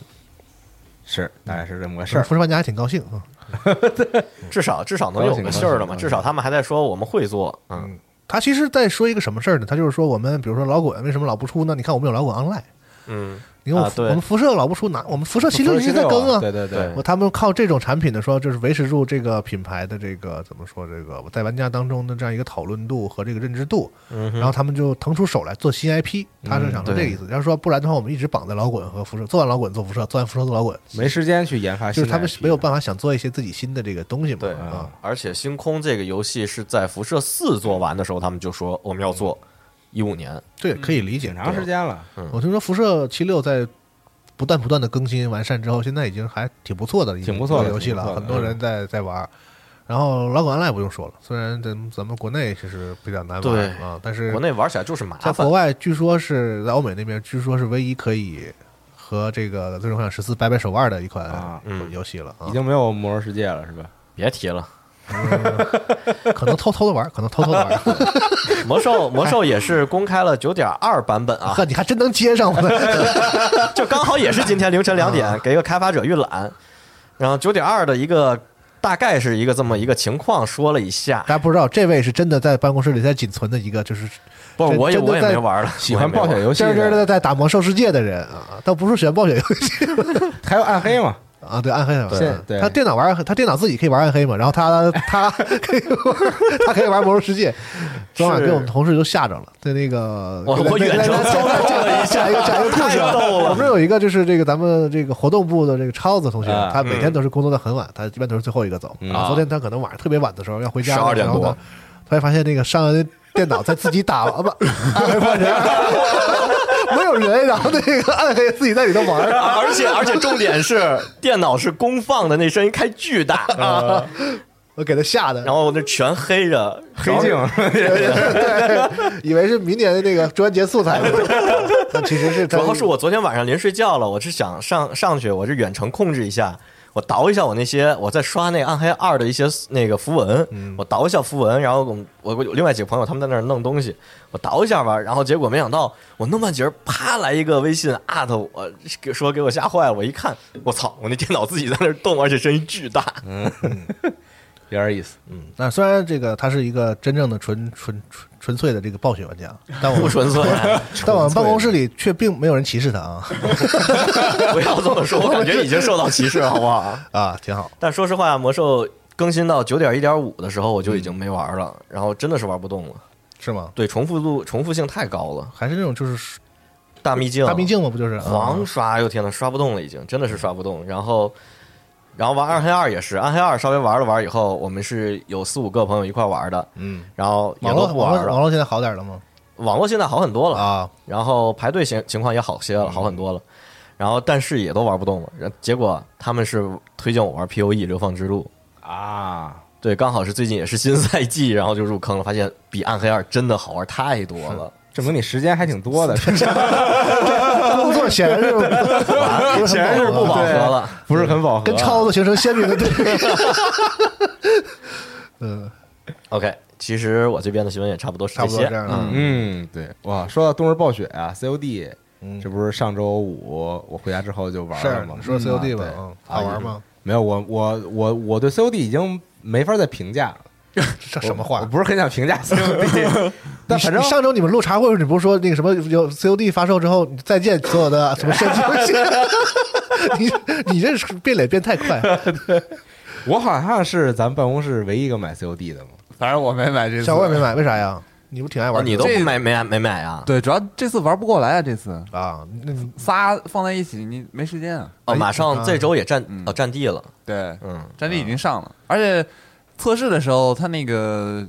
是大概是这么个事是儿。辐射玩家还挺高兴啊，嗯至少至少能有个信儿了嘛，至少他们还在说我们会做，嗯，他其实在说一个什么事儿呢？他就是说我们比如说老滚为什么老不出呢？你看我们有老滚 online，嗯，你看我们啊对我们辐射老不出哪，我们辐射七六六一直在更啊。对对对对，我他们靠这种产品的说，就是维持住这个品牌的这个怎么说这个在玩家当中的这样一个讨论度和这个认知度，然后他们就腾出手来做新 IP，他是想说这个意思。要是说不然的话，我们一直绑在老滚和辐射，做完老滚做辐射，做完辐射做老滚，没时间去研发就新的 IP，是他们没有办法想做一些自己新的这个东西嘛。对啊，而且星空这个游戏是在辐射四做完的时候，他们就说我们要做嗯一五年，这个可以理解。挺长时间了。我听说辐射七六在不断不断的更新完善之后，现在已经还挺不错的，挺不错的游戏了，挺不错的嗯很多人在在玩。然后老滚 online 不用说了，虽然咱们咱们国内其实比较难对玩啊，但是国内玩起来就是麻在国烦，外据说是在欧美那边，据说是唯一可以和这个《最终幻想十四》掰掰手腕的一款啊嗯游戏了啊，已经没有魔兽世界了，是吧？别提了。可能偷偷的玩，可能偷偷的玩。 魔兽魔兽也是公开了九点二版本啊，呵，你还真能接上我 的，就刚好也是今天凌晨两啊点给一个开发者预览，然后九点二的一个大概是一个这么一个情况说了一下大，家不知道这位是真的在办公室里在仅存的一个就是不是真我也真的我也在没玩了， 喜欢暴雪游戏真真的，的在打魔兽世界的人啊，倒不是喜欢暴雪游戏还有暗黑嘛？啊，对暗黑啊对对他电脑玩暗黑，他电脑自己可以玩暗黑嘛，然后他他可以玩，他可以玩魔兽世界，昨晚是被我们同事都吓着了，对那个我对我对远对程对对操对作了一下讲一个讲一个故太事啊。逗我了，们有一个就是这个咱们这个活动部的这个超子同学啊，他每嗯天都是工作到很晚，他一般都是最后一个走。嗯然后昨天他可能晚上特别晚的时候要回家了，啊12点然后呢多，突然发现那个上完电脑在自己打 了吧，暗黑破人，没有人，然后那个暗黑自己在里头玩儿。 啊而且而且重点是电脑是公放的，那声音开巨大，啊啊我给他吓的，然后那全黑着，黑镜，对， 以为是明年的那个中元节素材 呢，但其实是主他要是我昨天晚上临睡觉了，我是想上上去，我是远程控制一下，我倒一下我那些我在刷那《暗黑二》的一些那个符文，嗯我倒一下符文，然后我们我我有另外几个朋友他们在那儿弄东西，我倒一下吧，然后结果没想到我弄半截儿，啪来一个微信 at 我给说给我吓坏了，我一看，我操，我那电脑自己在那儿动，而且声音巨大，有点意思。那虽然这个他是一个真正的纯纯纯纯粹的这个暴雪玩 家，但我不们纯粹，但我们办公室里却并没有人歧视他啊不要这么说，我感觉已经受到歧视了，好不好？啊，挺好。 但说实话，魔兽更新到九点一点五的时候，我就已经没玩了，然后真的是玩不动了。是吗？对，重复度、重复性太高了，还是那种就是大秘境、大秘、境嘛，不就是狂啊刷，哟天呐，刷不动了，已经真的是刷不动。然后，然后玩暗黑二也是，暗黑二稍微玩了玩以后，我们是有四五个朋友一块玩的，嗯，然后也网都络不网玩络网了。络现在好点了吗？网络现在好很多了，啊，嗯然后排队情情况也好些了，好很多了。然后，但是也都玩不动了。然结果他们是推荐我玩 POE《流放之路》，啊，对，刚好是最近也是新赛季，然后就入坑了，发现比《暗黑二》真的好玩太多了。证明你时间还挺多的，工作显然是 不是显然很是不饱和 对了，不是很饱和。啊跟超子形成鲜明的对比。 嗯， OK，其实我这边的新闻也差不多是差这不多些这。样啊。嗯，对，哇，说到冬日暴雪啊，COD，嗯这不是上周五我回家之后就玩了是吗？你说 COD 吧嗯，啊嗯好玩吗？对没有，我我我我对 COD 已经没法再评价了，这什我么话？不是很想 评价 COD，但你反正你上周你们录茶会的时候，你不是说那个什么有 COD 发售之后，你再见所有的什么射击游戏？ 你你这是变脸变 太快，我好像是咱们办公室唯一一个买 COD 的嘛。反正我没买这次，小我也没买，为啥呀？你不挺爱哦，玩你都不买没没买啊？对，主要这次玩不过来啊，这次啊？那你仨放在一起你没时间啊。哦，马上这周也占嗯哦占地了。对，嗯，战地已经上了，而且测试的时候，它那个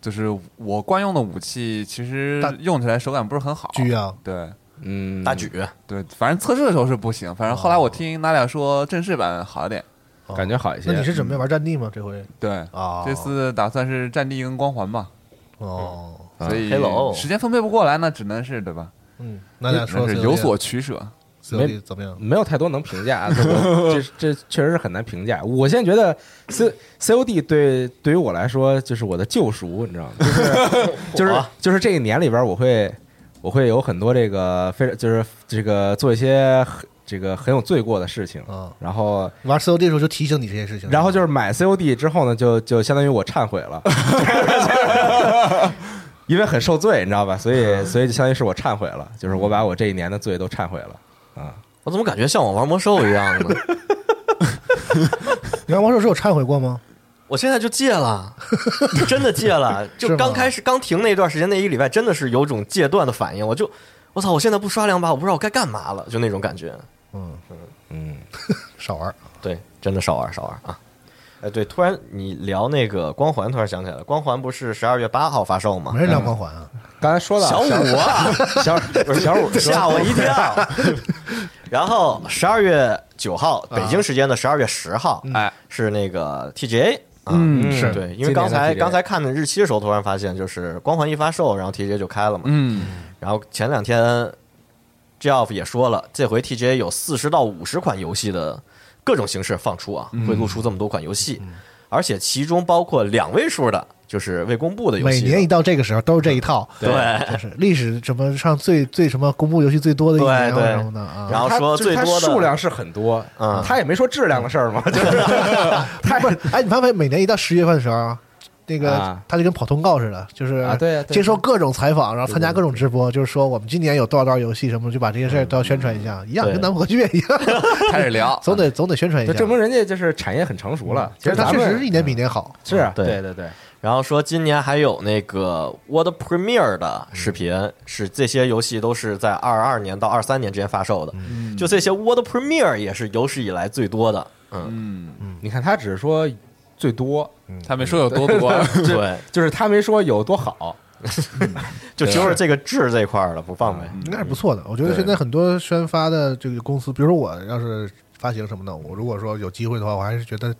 就是我惯用的武器，其实但用起来手感不是很好。狙啊，对嗯，大举对，反正测试的时候是不行，反正后来我听娜俩说正式版好一点。哦感觉好一些。嗯那你是准备玩战地吗？这回对，啊，这次打算是战地跟光环吧，哦，啊所以黑楼时间分配不过来，那只能是对吧？嗯，那咱只能说 COD 是有所取舍。没 COD 怎么样？没有太多能评价，啊这我 这这确实是很难评价。我现在觉得 C C O D 对对于我来说就是我的救赎，你知道吗？就是就是就是这一年里边，我会我会有很多这个非就是这个做一些很这个很有罪过的事情，啊，然后玩 COD 的时候就提醒你这些事情，然后就是买 COD 之后呢，就就相当于我忏悔了， 因为很受罪，你知道吧？所以所以就相当于是我忏悔了，就是我把我这一年的罪都忏悔了。我怎么感觉像我玩魔兽一样呢？你玩魔兽是有忏悔过吗？我现在就戒了，真的戒了。是就吗刚开始刚停那一段时间，那一礼拜真的是有种戒断的反应，我就我操，我现在不刷两把，我不知道我该干嘛了，就那种感觉。嗯，嗯， 少玩。对，真的少玩少玩啊。哎，对，突然你聊那个光环，突然想起来了，光环不是十二月八号发售吗没？人聊光环啊，刚才说到小五啊，小不是小五 吓我 一跳。 然后十二月九号，啊北京时间的十二月十号，哎，是那个 TGA 啊。嗯嗯是对，因今年为刚才的 TGA 刚才看的日期的时候，突然发现就是光环一发售，然后 TGA 就开了嘛。嗯，然后前两天 Geoff 也说了，这回 TGA 有四十到五十款游戏的各种形式放出啊，嗯会露出这么多款游戏，而且其中包括两位数的，就是未公布的游每戏了。年一到这个时候都是这一套， 对，就是历史什么上最最什么公布游戏最多的一年对对啊什么的啊，然后说最多的它数量是很多，嗯他也没说质量的事儿嘛，就是 不是，哎，你发没？每年一到十月份的时候啊，那个啊他就跟跑通告似的，就是啊对啊对啊接受各种采访，然后参加各种直播，就是说我们今年有多少多少游戏什么，就把这些事儿都要宣传一下，一样嗯对跟南河剧院一样，，开始聊总得总得宣传一就下。证明人家就是产业很成熟了。其其实实他咱确们实是一嗯年比一年好，是啊对对对对，然后说今年还有那个 World Premiere 的视嗯频，是这些游戏都是在二二年到二三年之间发售的，嗯就这些 World Premiere 也是有史以来最多的。嗯，你看他只是说最多，他们说有多啊多，嗯对，就是他没说有多好，就就是这个质这块儿的不放呗。应该是不错的。我觉得对现在很多宣发的这个公司，比如说我要是发行什么的，我如果说有机会的话，我还是觉得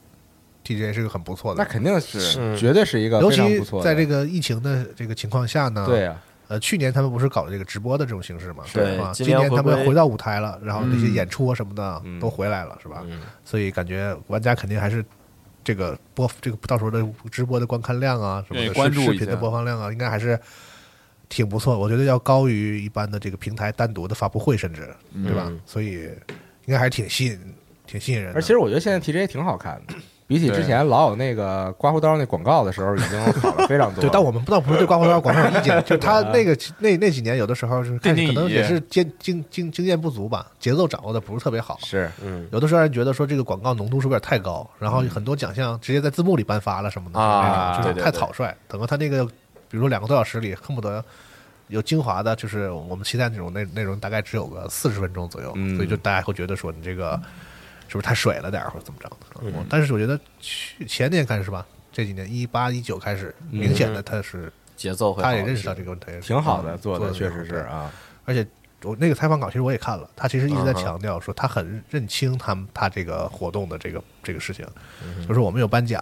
TGA 是个很不错那的。肯定是是绝对是一个嗯尤非常其不错的。在这个疫情的这个情况下呢，对啊，呃，去年他们不是搞了这个直播的这种形式嘛，对是吧？今今年年他回们归回到舞台了，然后那些嗯演出啊什么的嗯都回来了，是吧？嗯所以感觉玩家肯定还是这个播这个到时候的直播的观看量啊什么愿意的，关视注视一频的下播放量啊，应该还是挺不错。我觉得要高于一般的这个平台单独的发布会，甚至对吧？所以应该还是挺吸引、挺吸引人的。而其实我觉得现在 TGA 挺好看的，比起之前老有那个刮胡刀那广告的时候，已经好了非常多。 对，但我们倒不是对刮胡刀广告有意见，就是他那个那那几年有的时候是看定定可能义也是经经经经验不足吧，节奏掌握的不是特别好。是嗯，有的时候让人觉得说这个广告浓度是不是有点太高，然后很多奖项直接在字幕里颁发了什么的啊就是对对太对草率。等到他那个，比如说两个多小时里，恨不得有精华的，就是我们期待那种内内容，大概只有个四十分钟左右，嗯所以就大家会觉得说你这个是不是太水了点儿，或者怎么着的。我但是我觉得去前年开始吧，这几年一八一九开始，明显的他是节奏会好他一也些。认识到这个问题，嗯挺好的做的，得确挺好实是对啊，而且我那个采访稿其实我也看了，他其实一直在嗯哼强调说他很认清他们他这个活动的这个这个事情，嗯就是我们有颁奖，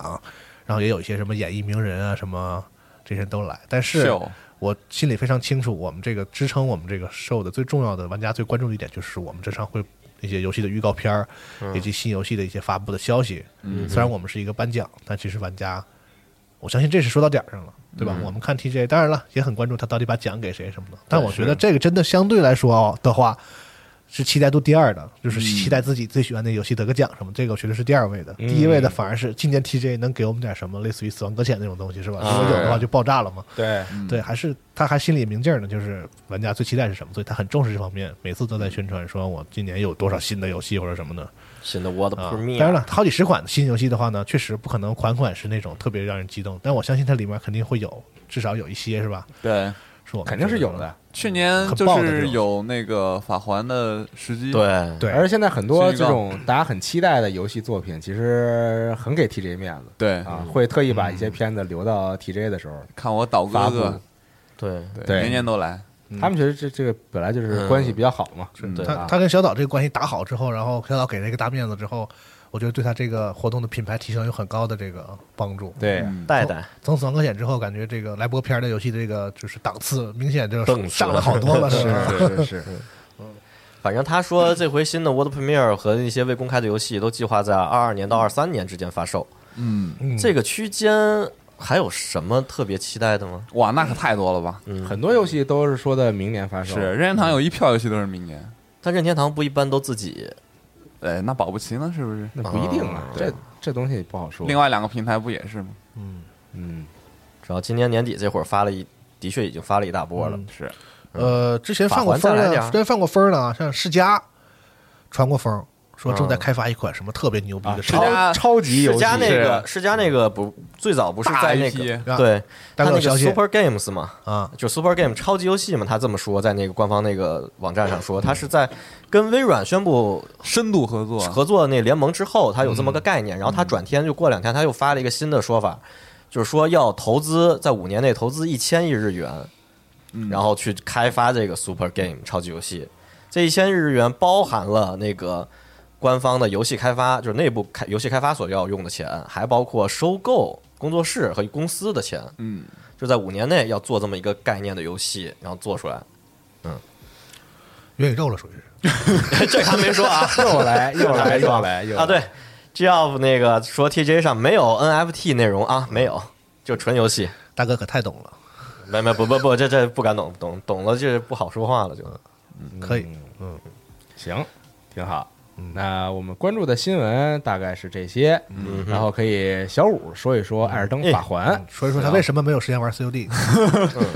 然后也有一些什么演艺名人啊什么这些都来，但是秀我心里非常清楚，我们这个支撑我们这个 show 的最重要的玩家最关注的一点就是我们这上会。一些游戏的预告片儿，以及新游戏的一些发布的消息。虽然我们是一个颁奖，但其实玩家，我相信这是说到点儿上了，对吧？我们看 TJ，当然了，也很关注他到底把奖给谁什么的。但我觉得这个真的相对来说的话，是期待度第二的，就是期待自己最喜欢的游戏得个奖什么，这个我觉得是第二位的。嗯第一位的反而是今年 TJ 能给我们点什么，类似于《死亡搁浅》那种东西，是吧？如果有的话就爆炸了嘛。啊对，对，还是他还心里明镜儿呢，就是玩家最期待是什么，所以他很重视这方面，每次都在宣传说我今年有多少新的游戏或者什么的新的 World 啊。当然 Premiere，了，好几十款新游戏的话呢，确实不可能款款是那种特别让人激动，但我相信它里面肯定会有，至少有一些是吧？对。是我们肯定是觉得有的。。去年很就爆的这是种有那个法环的时机，，对对，而现在很多是一个这种大家很期待的游戏作品，其实很给 TJ 面子对，啊，会特意把一些片子留到 TJ 的时候看我倒发布哥哥。，对对年年都来，他们觉得这这个本来就是关系比较好嘛，嗯啊对他他跟小岛这个关系打好之后，然后小岛给了一个大面子之后，我觉得对他这个活动的品牌提升有很高的这个帮助。对，嗯带带从《死亡搁浅》之后，感觉这个来播片儿的游戏的这个就是档次明显就档是次 上了好多了，是吧？是是是，反反正他说这回新的 World Premiere 和一些未公开的游戏都计划在二二年到二三年之间发售，嗯，这个区间还有什么特别期待的吗？哇，那可太多了吧？嗯，很多游戏都是说的明年发售，是任天堂有一票游戏都是明年，但任天堂不一般都自己哎，那保不齐呢，是不是？那不一定啊啊，这这东西不好说。另外两个平台不也是吗？嗯，主要今年年底这会儿发了一，的确已经发了一大波了。嗯是，嗯呃，之前犯过法风环再来呢，点儿之前犯过风呢，啊像世嘉传过风，说正在嗯开发一款什么特别啊牛逼的超，家超级游世戏嘉那个，世嘉那个不最早不是大在那 IP 个对，大他那搞个消息 Super Games 嘛，啊，就 Super Game 超级游戏嘛，他这么说，在那个官方那个网站上说，他是在跟微软宣布深度合作，合作那联盟之后，他有这么个概念，然后他转天就过两天他又发了一个新的说法，就是说要投资在五年内投资一千亿日元，嗯然后去开发这个 Super Game 超级游戏。这一千亿日元包含了那个官方的游戏开发，就是内部开游戏开发所要用的钱，还包括收购工作室和公司的钱。嗯，就在五年内要做这么一个概念的游戏，然后做出来。 元宇宙了属于是。这还没说啊，又来 又来没说又来又来啊！对，G F 那个说 T J 上没有 N F T 内容啊，没有，就纯游戏。大哥可太懂了，没没不不不，这这不敢懂，懂懂了就不好说话了就。可以，嗯嗯行，挺好。那我们关注的新闻大概是这些，嗯嗯然后可以小五说一说《艾尔登法哎环》嗯所以说他为什么没有时间玩 COD？啊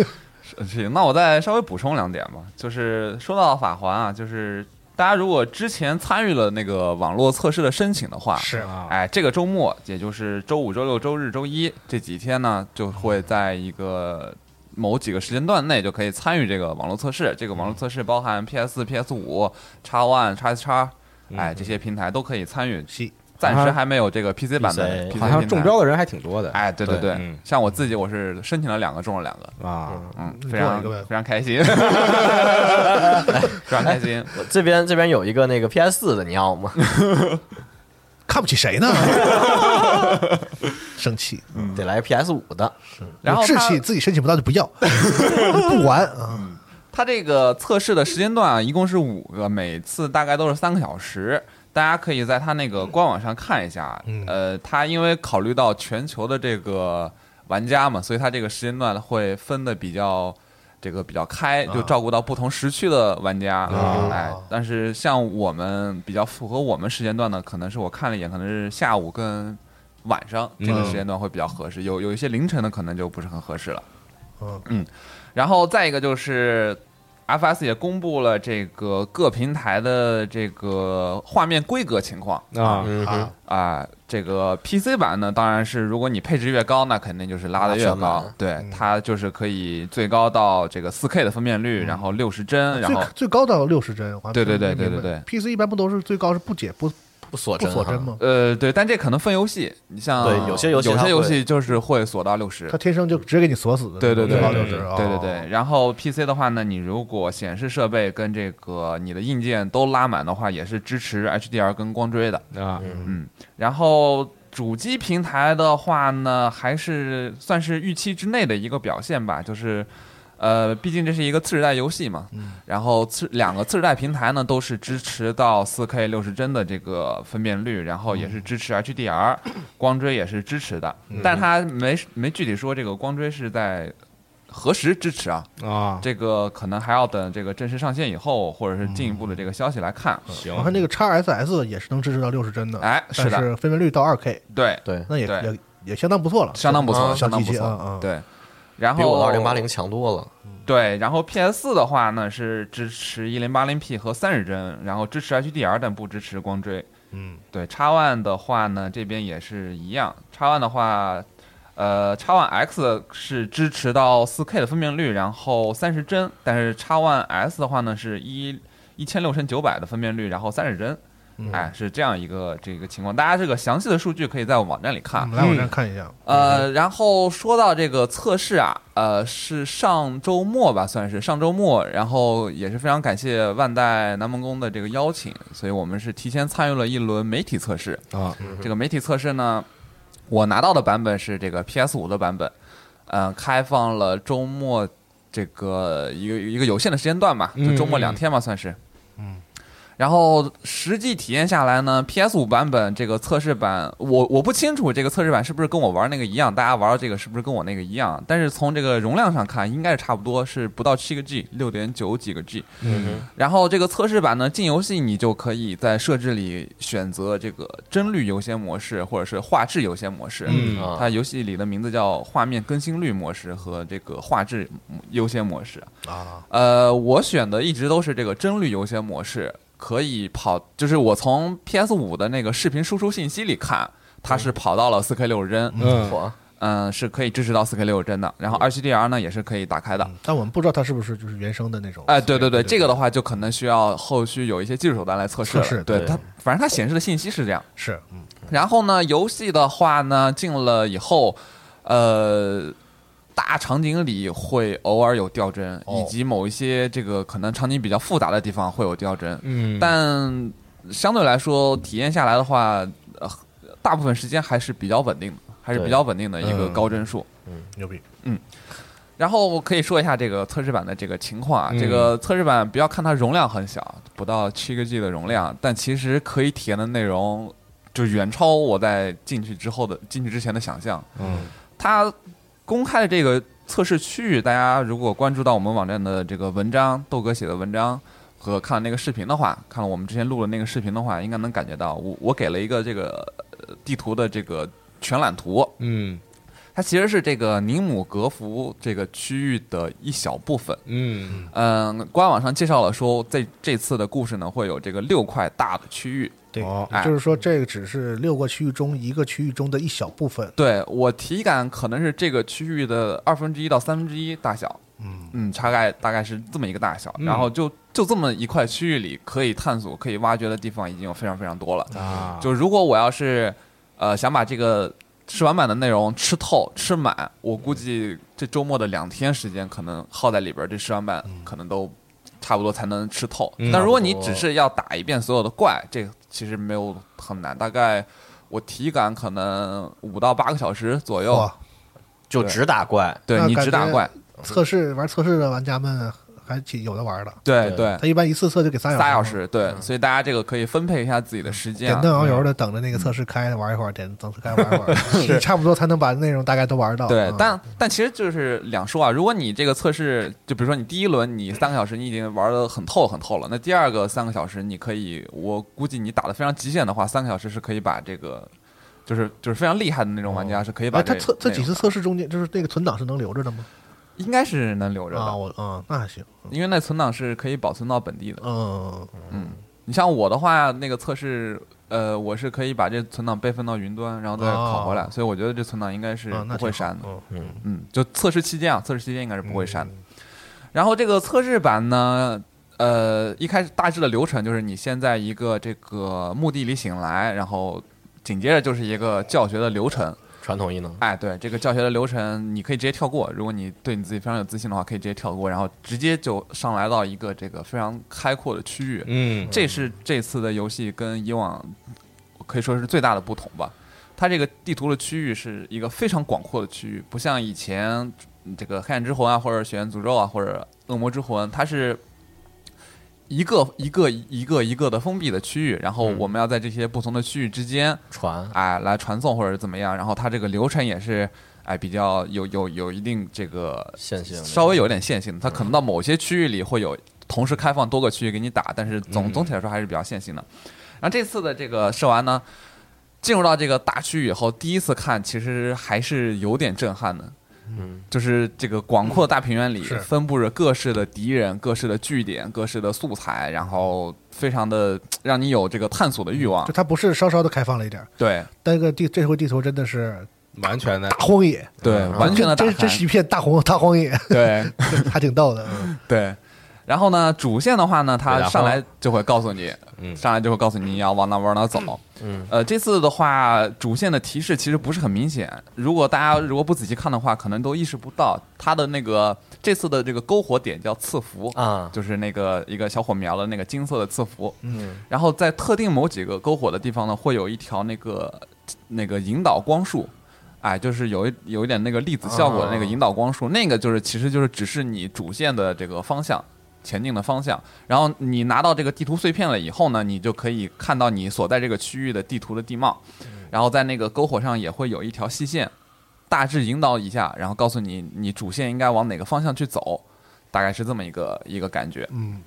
是，那我再稍微补充两点吧，就是说到法环啊，就是大家如果之前参与了那个网络测试的申请的话，嗯是 啊，哎，这个周末，也就是周五、周六、周日、周一这几天呢，就会嗯在一个某几个时间段内就可以参与这个网络测试。这个嗯网络测试包含 PS、PS 五、x One、x S x 嗯哎，这些平台都可以参与。是暂时还没有这个 PC 版的 PC PC 好像平中台标的人还挺多的哎，对对对对嗯，像我自己，我是申请了两个，中了两个，啊。嗯，你非中了常一个呗非常 开心，非常开心。我这边这边有一个那个 P S 四的，你要吗？看不起谁呢？ 生气，得来 P S 五的。然后有志它气自己申请不到就不 要，不玩啊！它这个测试的时间段啊，一共是五个，每次大概都是三个小时。大家可以在它那个官网上看一下。呃，它因为考虑到全球的这个玩家嘛，所以它这个时间段会分的比较。这个比较开，就照顾到不同时区的玩家，哎，但是像我们比较符合我们时间段的，可能是我看了一眼，可能是下午跟晚上这个时间段会比较合适，有有一些凌晨的可能就不是很合适了。嗯然后再一个就是，FS 也公布了这个各平台的这个画面规格情况啊，嗯哼，啊。这个 PC 版呢，当然是如果你配置越高，那肯定就是拉的越拉全高满。嗯对，它就是可以最高到这个 4K 的分辨嗯率，然后六十帧，然最后最高到六十帧，我还对对对没对明对白 PC 一般不都是最高是不解不不锁不帧，锁帧？吗？呃，对，但这可能分游戏，你像对有些游戏有它些会游戏就是会锁到六十，他天生就直接给你锁死的，对对对最高对六十，对对哦对。然后 PC 的话呢，你如果显示设备跟这个你的硬件都拉满的话，也是支持 HDR 跟光追的。啊，嗯，然后主机平台的话呢，还是算是预期之内的一个表现吧，就是。呃，毕竟这是一个次世代游戏嘛，嗯然后次两个次世代平台呢都是支持到 4K 六十帧的这个分辨率，然后也是支持 HDR，、光追也是支持的，嗯但它没没具体说这个光追是在何时支持啊，啊，这个可能还要等这个正式上线以后，或者是进一步的这个消息来看。嗯行我看那个 x SS 也是能支持到六十帧的，哎是但的是分辨率到二 K，对，对，那也对也也相当不错了，相当不错，啊相当不小机器错，嗯嗯对。然比后我的二零八零强多了。对，然后 PS 四的话呢是支持一零八零 P 和三十帧，然后支持 HDR 但不支持光追。嗯，对，x One 的话呢这边也是一样，x One 的话，呃，x One X 是支持到四 K 的分辨率，然后三十帧，但是 x One S 的话呢是一一千六乘九百的分辨率，然后三十帧。嗯哎，是这样一个这个情况，大家这个详细的数据可以在网站里看我。们来我这看一下，呃，然后说到这个测试啊，呃，是上周末吧，算是上周末，然后也是非常感谢万代南梦宫的这个邀请，所以我们是提前参与了一轮媒体测试。啊，这个媒体测试呢，我拿到的版本是这个 PS 五的版本，嗯，开放了周末这个一个一个有限的时间段吧，就周末两天嘛，算是。嗯。然后实际体验下来呢，PS 五版本这个测试版，我我不清楚这个测试版是不是跟我玩那个一样，大家玩的这个是不是跟我那个一样？但是从这个容量上看，应该是差不多，是不到七个 G，六点九几个 G。嗯然后这个测试版呢，进游戏你就可以在设置里选择这个帧率优先模式，或者是画质优先模式。嗯啊它游戏里的名字叫画面更新率模式和这个画质优先模式。啊，呃，我选的一直都是这个帧率优先模式，可以跑，就是我从 PS 五的那个视频输出信息里看，它是跑到了 4K 六十帧，嗯，火嗯、是可以支持到 4K 六十帧的。然后 2HDR 呢也是可以打开的。但我们不知道它是不是就是原生的那种。嗯哎，对对对，这个的话就可能需要后续有一些技术手段来测试了。测试对对它，反正它显示的信息是这样。是，嗯，然后呢，游戏的话呢，进了以后，呃，大场景里会偶尔有掉帧，以及某一些这个可能场景比较复杂的地方会有掉帧，嗯，但相对来说，体验下来的话，呃，大部分时间还是比较稳定的，还是比较稳定的一个嗯高帧数。牛逼，然后可以说一下这个测试版的这个情况啊，嗯这个测试版不要看它容量很小，不到七个 G 的容量，但其实可以体验的内容就远超我在进去之后的进去之前的想象。嗯它公开的这个测试区域，大家如果关注到我们网站的这个文章，豆哥写的文章和看那个视频的话，看了我们之前录的那个视频的话，应该能感觉到我我给了一个这个呃地图的这个全览图，嗯它其实是这个尼姆格福这个区域的一小部分。嗯嗯，官网上介绍了说，在这次的故事呢，会有这个六块大的区域。对，哦也就是说这个只是六个区域中一个区域中的一小部分。对我体感可能是这个区域的二分之一到三分之一大小，嗯，嗯，大概大概是这么一个大小。嗯然后就就这么一块区域里，可以探索、可以挖掘的地方已经有非常非常多了。啊，就如果我要是呃想把这个吃完满的内容吃透、吃满，我估计这周末的两天时间可能耗在里边儿，这吃完满可能都差不多才能吃透。嗯但如果你只是要打一遍所有的怪，这个其实没有很难，大概。我体感可能五到八个小时左右，哇，就只打怪，对那你感只打觉怪，测试玩测试的玩家们还挺有的玩的，对对对，他一般一次测就给仨仨小小，嗯时，对，所以大家这个可以分配一下自己的时间点啊。灯熬油的等着那个测试开玩一会儿，点等测开玩一 会儿，差不多才能把内容大概都玩到。对嗯，但但其实就是两说啊。如果你这个测试，就比如说你第一轮你三个小时你已经玩的很透很透了，那第二个三个小时你可以，我估计你打的非常极限的话，三个小时是可以把这个，就是就是非常厉害的那种玩家是可以把哎，这他个测这内几容次测试中间，就是那个存档是能留着的吗？应该是能留着啊，的，我啊，那还行，因为那存档是可以保存到本地的。嗯，你像我的话，那个测试，呃，我是可以把这存档备份到云端，然后再拷回来，所以我觉得这存档应该是啊，哦那不会挺好删的。嗯嗯，就测试期间啊，测试期间应该是不会删的。然后这个测试版呢，呃，一开始大致的流程就是你先在一个这个墓地里醒来，然后紧接着就是一个教学的流程。传统异能，哎，对，这个教学的流程你可以直接跳过，如果你对你自己非常有自信的话，可以直接跳过，然后直接就上来到一个这个非常开阔的区域。嗯这是这次的游戏跟以往可以说是最大的不同吧。它这个地图的区域是一个非常广阔的区域，不像以前嗯这个《黑暗之魂》啊，或者《血缘诅咒》啊，或者《恶魔之魂》，它是一个一个一个一个的封闭的区域，然后我们要在这些不同的区域之间，传哎，来传送或者怎么样，然后它这个流程也是。哎，比较有有有一定这个线性的稍微有点线性的，它可能到某些区域里会有同时开放多个区域给你打，但是总总体来说还是比较线性的。然后这次的这个射完呢，进入到这个大区域以后，第一次看其实还是有点震撼的。嗯，就是这个广阔大平原里是分布着各式的敌人、各式的据点、各式的素材，然后非常的让你有这个探索的欲望就。它不是稍稍的开放了一点，对但这个地这回地图真的是完全的大荒野，对， 完全的打真开真。是一片大荒大荒野，对 还挺逗的。嗯对。然后呢，主线的话呢，它然后上来就会告诉你，嗯上来就会告诉你要往哪往哪走。嗯，呃，这次的话，主线的提示其实不是很明显。如果大家如果不仔细看的话，可能都意识不到它的那个这次的这个篝火点叫赐福，啊，就是那个一个小火苗的那个金色的赐福。嗯，然后在特定某几个篝火的地方呢，会有一条那个那个引导光束。哎，就是有一有一点那个粒子效果的那个引导光束，那个就是其实就是指示你主线的这个方向，前进的方向。然后你拿到这个地图碎片了以后呢，你就可以看到你所在这个区域的地图的地貌，然后在那个篝火上也会有一条细线，大致引导一下，然后告诉你你主线应该往哪个方向去走，大概是这么一个一个感觉。嗯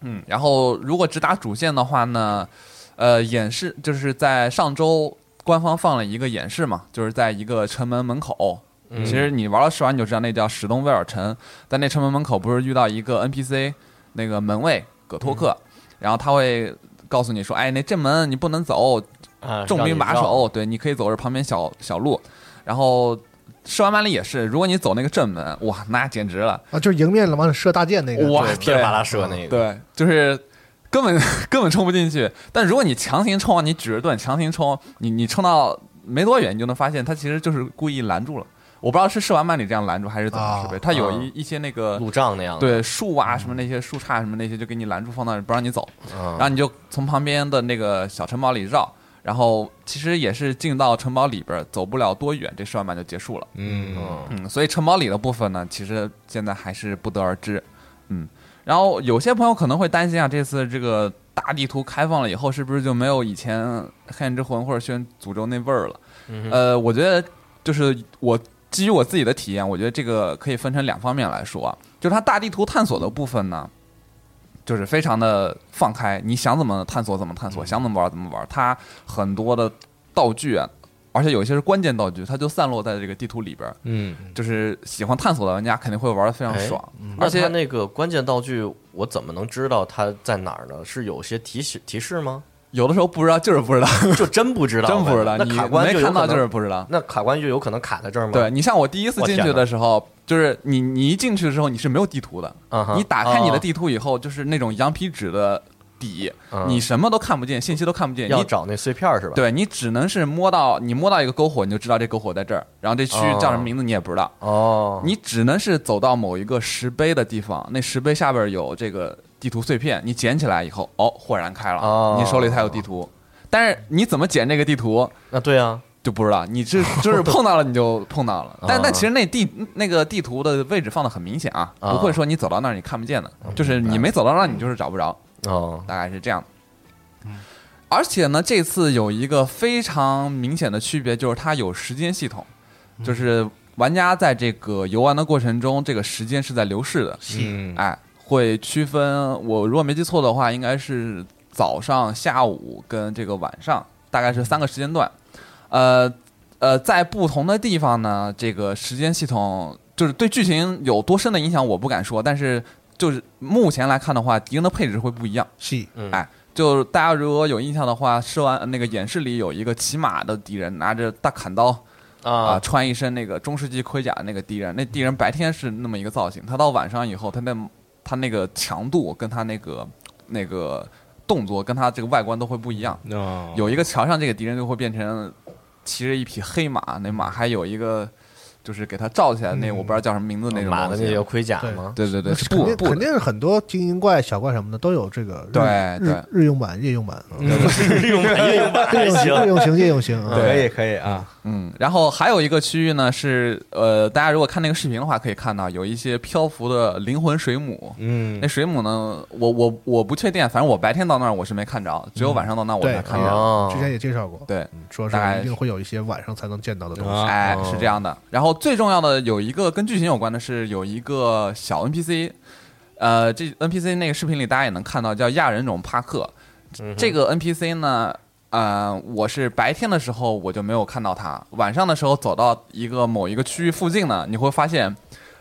嗯，然后如果只打主线的话呢，呃，演示就是在上周官方放了一个演示嘛，就是在一个城门门口。嗯其实你玩到试玩你就知道，那叫史东威尔城，在那城门门口不是遇到一个 NPC 那个门卫葛托克，嗯然后他会告诉你说，哎，那这门你不能走，啊，重兵把让你绕守，对，你可以走这旁边小小路，然后。试玩版里也是，如果你走那个正门，哇，那简直了！啊，就是迎面了往里射大箭那个，哇对，噼里啪啦射那个，对，就是根本根本冲不进去。但如果你强行冲，啊你指着盾强行冲，你你冲到没多远，你就能发现他其实就是故意拦住了。我不知道是试玩版里这样拦住还是怎么啊设备，他有啊一一些那个路嗯障那样的，对树啊什么那些树杈什么那些就给你拦住放那儿不让你走，嗯，然后你就从旁边的那个小城堡里绕。然后其实也是进到城堡里边儿，走不了多远，这试玩版就结束了。嗯，嗯嗯，所以城堡里的部分呢，其实现在还是不得而知。嗯，然后有些朋友可能会担心啊，这次这个大地图开放了以后，是不是就没有以前《黑暗之魂》或者《轩辕诅咒》那味儿了？嗯哼呃，我觉得就是我基于我自己的体验，我觉得这个可以分成两方面来说啊，就是它大地图探索的部分呢，就是非常的放开，你想怎么探索怎么探嗯索，想怎么玩怎么玩，它很多的道具啊。而且有一些是关键道具，它就散落在这个地图里边儿。嗯，就是喜欢探索的玩家肯定会玩的非哎常爽，而而且且那个关键道具，我怎么能知道它在哪儿呢？是有些提示提 示吗？有的时候不知道就是不知道，就真不知道呗，真不知道，那你卡关没就有看到可能就是不知道。那卡关就有可能卡在这儿吗？对，你像我第一次我进天去哪的时候，就是你你一进去的时候你是没有地图的，嗯哼，你打开你的哦地图以后就是那种羊皮纸的底，嗯你什么都看不见，信息都看不见，要你找那碎片儿是吧？，对你只能是摸到你摸到一个篝火，你就知道这篝火在这儿，然后这区啊域叫什么名字你也不知道，哦，你只能是走到某一个石碑的地方，那石碑下边有这个地图碎片，你捡起来以后，哦，豁然开朗，哦你手里才有地图。但是你怎么捡这个地图那对啊，就不知道，你这就是碰到了你就碰到了。但哦但其实那地那个地图的位置放的很明显啊，哦不会说你走到那儿你看不见的，就是你没走到那儿你就是找不着。哦，大概是这样。而且呢，这次有一个非常明显的区别，就是它有时间系统，就是玩家在这个游玩的过程中，这个时间是在流逝的。嗯哎，会区分，我如果没记错的话，应该是早上、下午跟这个晚上，大概是三个时间段。呃呃，在不同的地方呢，这个时间系统就是对剧情有多深的影响，我不敢说，但是就是目前来看的话，敌人的配置会不一样。是嗯哎就是大家如果有印象的话，试完那个演示里有一个骑马的敌人，拿着大砍刀啊、啊，穿一身那个中世纪盔甲的那个敌人，那敌人白天是那么一个造型，他到晚上以后，他那他那个强度跟他那个那个动作跟他这个外观都会不一样。那有一个桥上这个敌人就会变成骑着一匹黑马，那马还有一个就是给他罩起来的那我不知道叫什么名字那种嗯马的东那西啊个盔甲吗？对对对，是肯布定布肯的，定很多精英怪、小怪什么的都有这个日对对日日用版、夜用版，嗯 日用版，日用版日用型、还行日用型、夜用型啊。可以可以啊，嗯，然后还有一个区域呢是呃，大家如果看那个视频的话，可以看到有一些漂浮的灵魂水母。嗯那，水母呢，我我我不确定，啊反正我白天到那儿我是没看着，只有晚上到那儿我才对啊看着。哦之前也介绍过，对，嗯说是大概一定会有一些晚上才能见到的东西。啊哎，哦是这样的。然后最重要的有一个跟剧情有关的是有一个小 NPC，呃，这 NPC 那个视频里大家也能看到，叫亚人种帕克。嗯哼这个 NPC 呢，呃，我是白天的时候我就没有看到它，晚上的时候走到一个某一个区域附近呢，你会发现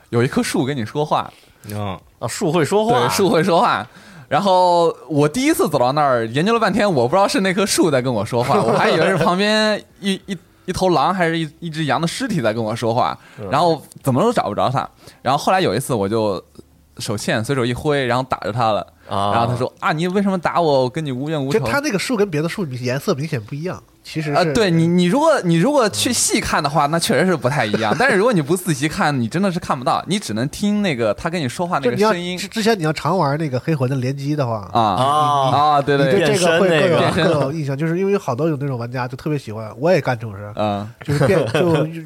有一棵树跟你说话，啊，啊，树会说话，对，树会说话。然后我第一次走到那儿，研究了半天，我不知道是那棵树在跟我 说话，我还以为是旁边一一一头狼还是一一只羊的尸体在跟我说话，然后怎么都找不着它。然后后来有一次，我就手欠随手一挥，然后打着它了，啊然后他说啊，你为什么打我？我跟你无冤无就仇。它那个树跟别的树明颜色明显不一样，其实啊，是对你，你如果你如果去细看的话，那确实是不太一 样。但是如果你不仔细看，你真的是看不到，你只能听那个他跟你说话那就个你要声音之之前你要常玩那个黑魂的联机的话，啊啊，啊，对你对，对对这个会变身更那个有变身更有印象，就是因为有好多有那种玩家就特别喜欢，我也干这种事儿，嗯，就是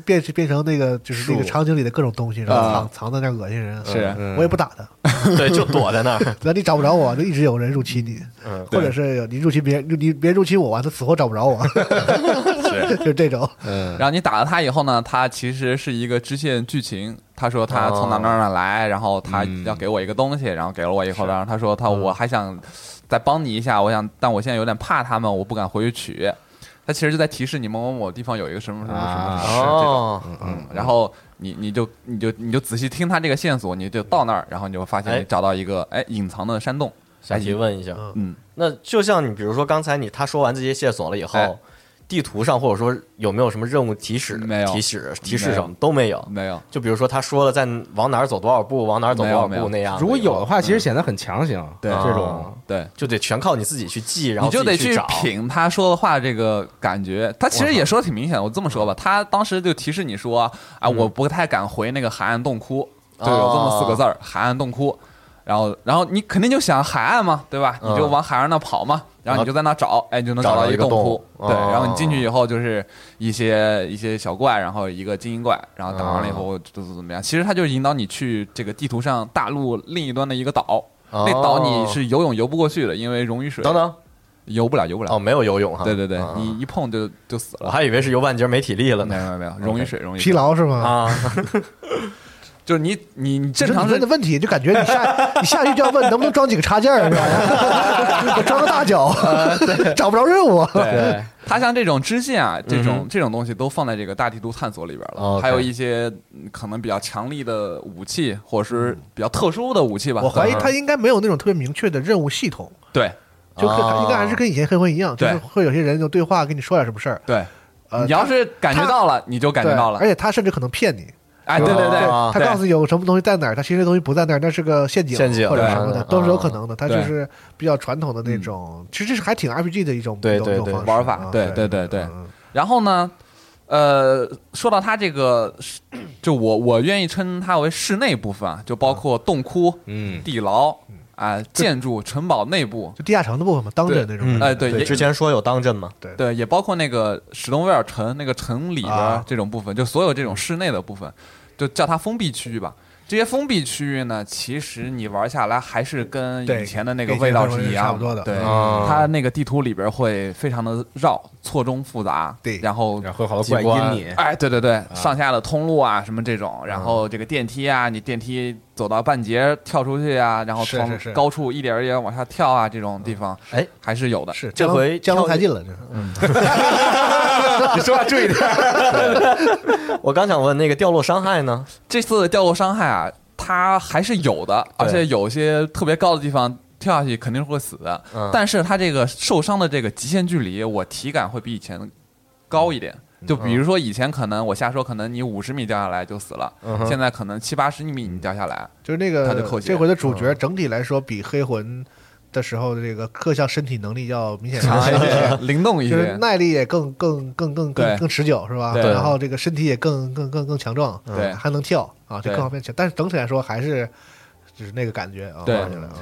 变就变变成那个就是那个树场景里的各种东西，然后啊藏藏在那儿恶心人，是嗯我也不打他， 对，就躲在 那儿，那你找不着我，就一直有人入侵你，嗯，或者是有你入侵别人，你别人入侵我，完他死活找不着 我， 就这种。嗯，然后你打了他以后呢，他其实是一个支线剧情。他说他从哪哪哪来，然后他嗯要给我一个东西，然后给了我以后，然后他说他我还想再帮你一下，我想，但我现在有点怕他们，我不敢回去取。他其实就在提示你某某某地方有一个什么什么什么啊事，这种哦，嗯，然后你你就你就你就仔细听他这个线索，你就到那儿，然后你就发现哎你找到一个哎隐藏的山洞，想提问一下，嗯，那就像你比如说刚才你他说完这些线索了以哎后，地图上或者说有没有什么任务提示、没有提示、提没示有什么都没有。没有，就比如说他说了在往哪儿走多少步，往哪儿走多少没有步没那样，如果有的话，其实显得很强行，啊对啊这种对。就得全靠你自己去记，然你后就自得己去找。品他说的话，这个感觉，他其实也说的挺明显的。我这么说吧，他当时就提示你说啊，嗯我不太敢回那个海岸洞窟，哦对，有这么四个字儿，海岸洞窟。然后，然后你肯定就想海岸嘛，对吧？嗯你就往海岸那跑嘛，然后你就在那找，哎，你就能找到到一一个个洞窟。洞对，哦然后你进去以后就是一些一些小怪，然后一个精英怪，然后打完了以哦后就怎么样？其实他就引导你去这个地图上大陆另一端的一个岛，那岛你哦是游泳游不过去的，因为溶于水，等等游不了，游不了。哦，没有游泳哈。对嗯对对啊，你一碰就就死我了。还以为是游半截没体力了没呢。有没有没有，溶于水，溶嗯于疲水。劳是吗？啊，就是你你你正这常你是问的问题，就感觉你下你下去就要问能不能装几个插件儿，是吧我装个大脚， 找不着任务。对，它像这种支线嗯啊，这种这种东西都放在这个大地图探索里边了。哦 OK 还有一些嗯可能比较强力的武器，或者是比较特殊的武器吧。嗯我怀疑可能他应该没有那种特别明确的任务系统，对就跟哦应该还是跟以前黑魂一样，就是对会有些人有对话跟你说点什么事儿。对，呃，你要他是感觉到了，你就感觉对到了而。且他甚至可能骗你，哎，对对对啊，他对告诉你有什么东西在哪儿，他其实东西不在那儿，那是个陷阱，陷阱或者对什么的，对都是有可能的。他就对是比较传统的那种，其实这是还挺 RPG 的一种对一种对一种对方式玩法啊对对对对对嗯然后呢，呃，说到它这个，就我我愿意称它为室内部分啊，就包括洞窟、嗯地牢啊、嗯建筑、城堡内部，就地下城的部分嘛，当对真那种。嗯哎，对，对，也之前说有当真嘛，对，也包括那个史东威尔城那个城里边儿啊嗯这种部分，就所有这种室内的部分，就叫它封闭区域吧。这些封闭区域呢，其实你玩下来还是跟对以前的那个跟以前味道玩是的一是样差不多的对，嗯它那个地图里边会非常的绕，错综复杂。对然后然后有好多怪阴你，哎，对对对，啊上下的通路啊，什么这种，然嗯后这个电梯啊，你电梯走到半截跳出去啊，然后是从是是高处一点儿一点儿往下跳啊，这种地方，哎，还是有的。是这回江跳郎才尽了，这你说话注意点。我刚想问那个掉落伤害呢？这次的掉落伤害啊，它还是有的，对而且有些特别高的地方跳下去肯定是会死啊的。嗯但是它这个受伤的这个极限距离，我体感会比以前高一点。嗯就比如说以前可能我瞎说，可能你五十米掉下来就死了，嗯哼现在可能七八十米你掉下来，就是那他就扣个血这回的主角整体来说比黑魂的时候的这个各项身体能力要明显强一 些，啊灵动一嗯就是些。耐力也更更更更对更更持久是吧？对然后这个身体也更更更更强壮，对还能跳啊，这对各方面强。但是整体来说还是就是那个感觉啊，对玩起来啊，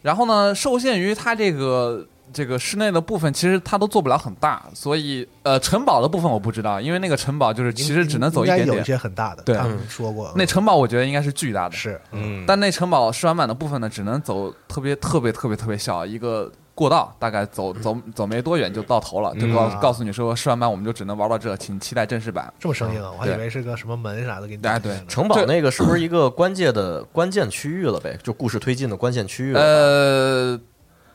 然后呢，受限于它这个这个室内的部分，其实它都做不了很大，所以呃，城堡的部分我不知道，因为那个城堡就是其实只能走一应点该有点一。些很大的，对他们说过那城堡我觉得应该是巨大的，是嗯，但那城堡试玩版的部分呢，只能走特别特别特别特别小一个过道，大概走嗯走走没多远就到头了，就告、嗯告诉你说试玩版我们就只能玩到这，请期待正式版。这么生硬啊，我还嗯对以为是个什么门啥的给你哎打开对呢城这堡那个是不是一个关键的关键区域了呗？就故事推进的关键区域了吧。呃，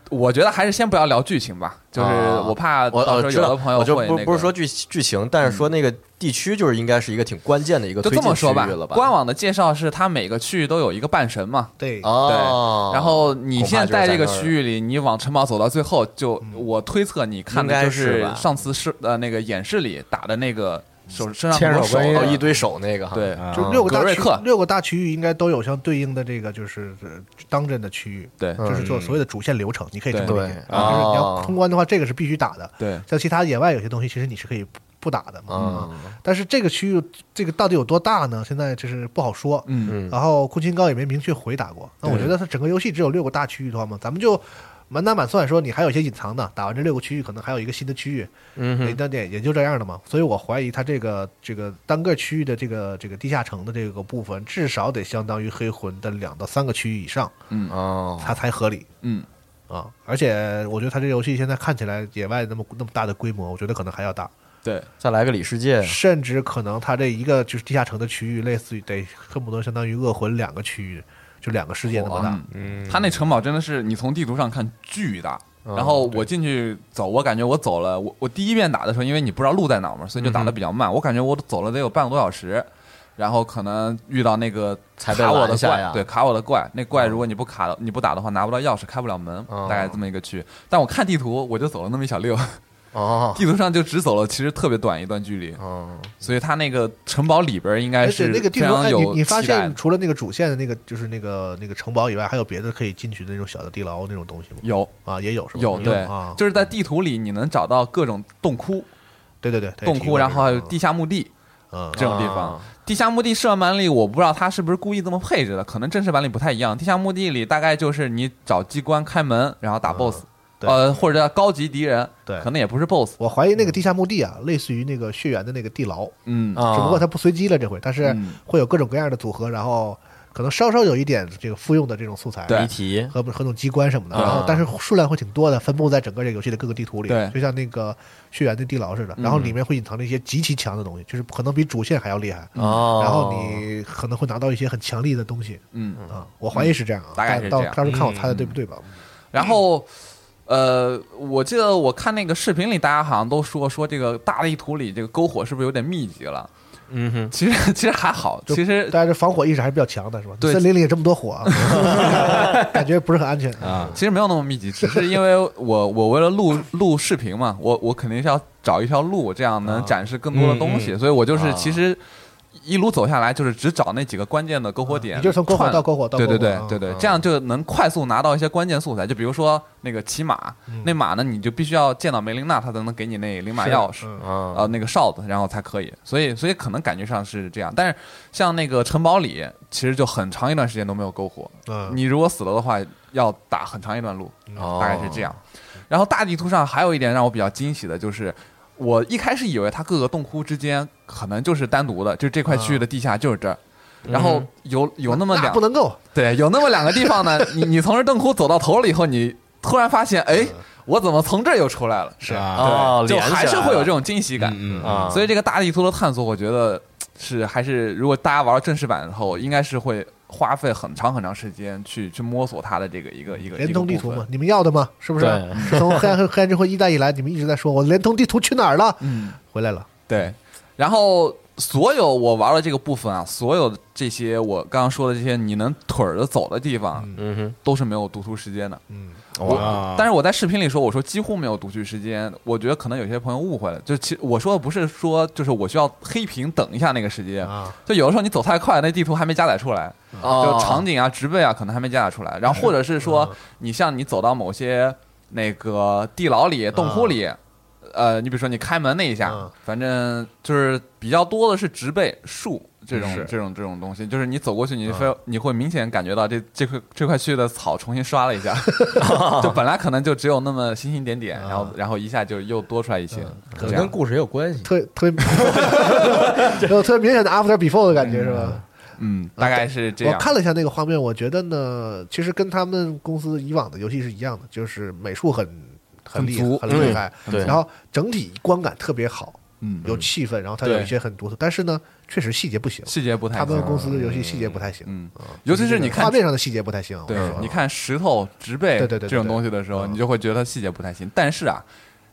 我觉得还是先不要聊剧情吧，就是啊我怕我到时候呃知有道，的朋友我就会不那个。不是说剧剧情，但是说那个地区就是应该是一个挺关键的一个就推这进么区说域吧，了吧？官网的介绍是它每个区域都有一个半神嘛，对哦，然后你现在这个区域域里，你往城堡走到最后，就我推测你看的就嗯应该是吧上次是呃那个演示里打的那个手身上牵上很多手观音的啊一堆手那个哈，嗯对啊就六个格大瑞区克六个大区域应该都有相对应的这个就是呃当真的区域，对就是做所谓的主线流程，你可以这么理解。对就是你要哦通关的话，这个是必须打的。对像其他野外有些东西，其实你是可以不不打的嘛。嗯但是这个区域这个到底有多大呢？现在就是不好说。嗯嗯然后空心刚也没明确回答过。那我觉得它整个游戏只有六个大区域的话嘛，咱们就满打满算说你还有一些隐藏的，打完这六个区域可能还有一个新的区域，嗯那哼那点也就这样的嘛。所以我怀疑它这个这个单个区域的这个这个地下城的这个部分，至少得相当于黑魂的两到三个区域以上，哦，它才合理。嗯啊，而且我觉得它这游戏现在看起来野外那么那么大的规模，我觉得可能还要大，对再来个里世界，甚至可能它这一个就是地下城的区域，类似于得恨不得相当于恶魂两个区域，就两个世界那么大。嗯嗯他那城堡真的是你从地图上看巨大。嗯然后我进去走，我感觉我走了，我我第一遍打的时候，因为你不知道路在哪儿嘛，所以嗯就打的比较慢。我感觉我走了得有半个多小时，然后可能遇到那个才被卡我的拦下怪呀，对，卡我的怪，那嗯怪如果你不卡你不打的话，拿不到钥匙，开不了门，哦大概这么一个区。但我看地图，我就走了那么一小溜，哦地图上就只走了其实特别短一段距离，哦，所以它那个城堡里边应该而是且那个地非图，常哎，你有你发期待现的。除了那个主线的那个，就是那个那个城堡以外，还有别的可以进去的那种小的地牢那种东西吗？有啊，也有是吧？有对啊，，就是在地图里你能找到各种洞窟、对对对，它也洞提窟，供然这后还有种地下墓地嗯这种地方啊。地下墓地试玩版里，我不知道它是不是故意这么配置的，可能正式版里不太一样。地下墓地里大概就是你找机关开门，然后打 BOSS，嗯对呃，或者叫高级敌人，对可。能也不是 BOSS，我怀疑那个地下墓地啊，类似于那个血缘的那个地牢，嗯啊只不过它不随机了这回，它是嗯会有各种各样的组合，然后可能稍稍有一点这个复用的这种素材，啊对谜题，和和那种机关什么的，啊然后但是数量会挺多的，分布在整个这个游戏的各个地图里，对嗯就像那个血缘的地牢似的，然后里面会隐藏着一些极其强的东西，就是可能比主线还要厉害，哦，然后你可能会拿到一些很强力的东西嗯。啊，我怀疑是这样啊，大概是到这样嗯到时候看我猜的对不对吧？然后，呃，我记得我看那个视频里，大家好像都说说这个大地图里这个篝火是不是有点密集了？嗯哼，其实其实还好，就其实大家这防火意识还是比较强的，是吧？对森林里也这么多火 啊，感觉不是很安全啊，其实没有那么密集，只是因为我 我为了录录视频嘛，我我肯定是要找一条路，这样啊能展示更多的嗯东西，所以我就是啊其实。一路走下来，就是只找那几个关键的篝火点，啊你就从篝火串到篝火到篝火对对对啊对对啊，这样就能快速拿到一些关键素材。就比如说那个骑马，嗯那马呢，你就必须要见到梅琳娜，她才能给你那领马钥匙。嗯啊，呃那个哨子，然后才可以。所以所以可能感觉上是这样，但是像那个城堡里，其实就很长一段时间都没有篝火。嗯，你如果死了的话，要打很长一段路，哦大概是这样。然后大地图上还有一点让我比较惊喜的就是。我一开始以为它各个洞窟之间可能就是单独的，就这块区嗯域的地下就是这儿，然后有有那么两不能够，对，有那么两个地方呢，你你从这洞窟走到头了以后，你突然发现，哎，我怎么从这儿又出来了？是啊嗯哦，就连起来还是会有这了种惊喜感。嗯嗯啊，所以这个大地图的探索，我觉得是还是如果大家玩了正式版以后，应该是会花费很长很长时间去去摸索它的这个一个一个嗯联通地图。一个部嘛分，你们要的吗？是不是？对是 从黑暗黑暗之魂一代以来，你们一直在说我联通地图去哪儿了？嗯，回来了，对。然后所有我玩的这个部分啊，所有的这些我刚刚说的这些你能腿儿着走的地方，嗯哼，都是没有读图时间的。嗯，哇我，但是我在视频里说，我说几乎没有读取时间，我觉得可能有些朋友误会了，就其我说的不是说就是我需要黑屏等一下那个时间，啊，就有的时候你走太快，那地图还没加载出来，就哦场景啊、植被啊，可能还没加载出来。然后或者是嗯说，你像你走到某些那个地牢里、洞窟里，呃，你比如说你开门那一下嗯，反正就是比较多的是植被、树这种是这种这种东西，就是你走过去，嗯你非你会明显感觉到这这块这块区域的草重新刷了一 下，就本来可能就只有那么星星点嗯点，然后然后一下就又多出来一些，可这能跟样故事也有关系。特特 别 有特别明显的 after before 的感觉是吧？嗯，大概是这样。我看了一下那个画面，我觉得呢，其实跟他们公司以往的游戏是一样的，就是美术很很厉足害，很厉害，对然后整体观感特别好，嗯，有气氛，然后它对有一些很独特，但是呢，确实细节不行，细节不太他们行，公司的游戏细节不太行，嗯，尤其是你看画面上的细节不太行，我对说，你看石头、植被对对对对这种东西的时候，嗯你就会觉得它细节不太行。但是啊，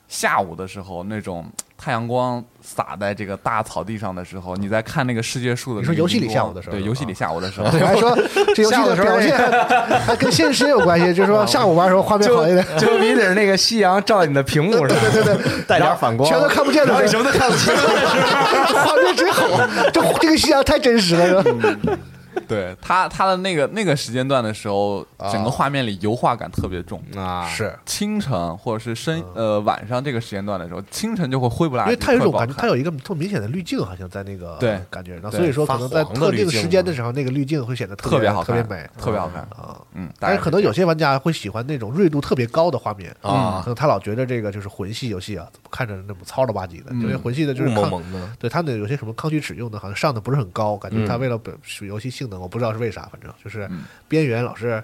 下午的时候，那种太阳光洒在这个大草地上的时候，你在看那个世界树的你那说个荧光，游戏里下午的时候啊对，是游吧戏里下午的我还说这游时候，戏的表现还跟现实有关系，就是说下午玩的时候画面好一点，就你得那个夕阳照你的屏幕上，对对对，带点反光，全都看不见然后的你时什候，么都看不 见。画面真好，这这个夕阳太真实了，是吧？对他他的那个那个时间段的时候，啊整个画面里油画感特别重。啊，是清晨或者是深呃晚上这个时间段的时候，清晨就会灰不拉嗯因几，为它有一种特别感觉，不好它有一个特明显的滤镜，好像在那个对感觉上，对所以说可能在发黄的特滤镜定时间的时候，那个滤镜会显得看特特别别好特看，别美，特别好看。啊。嗯，大但概是可能这样有些玩家会喜欢那种锐度特别高的画面啊可能他老觉得这个就是魂系游戏啊，怎么看着那么糙了吧唧的？因为魂系的就是雾蒙抗蒙的，对它那有些什么抗锯齿用的，好像上的不是很高，感嗯觉它为了本游戏性能，我不知道是为啥，反正就是边缘老是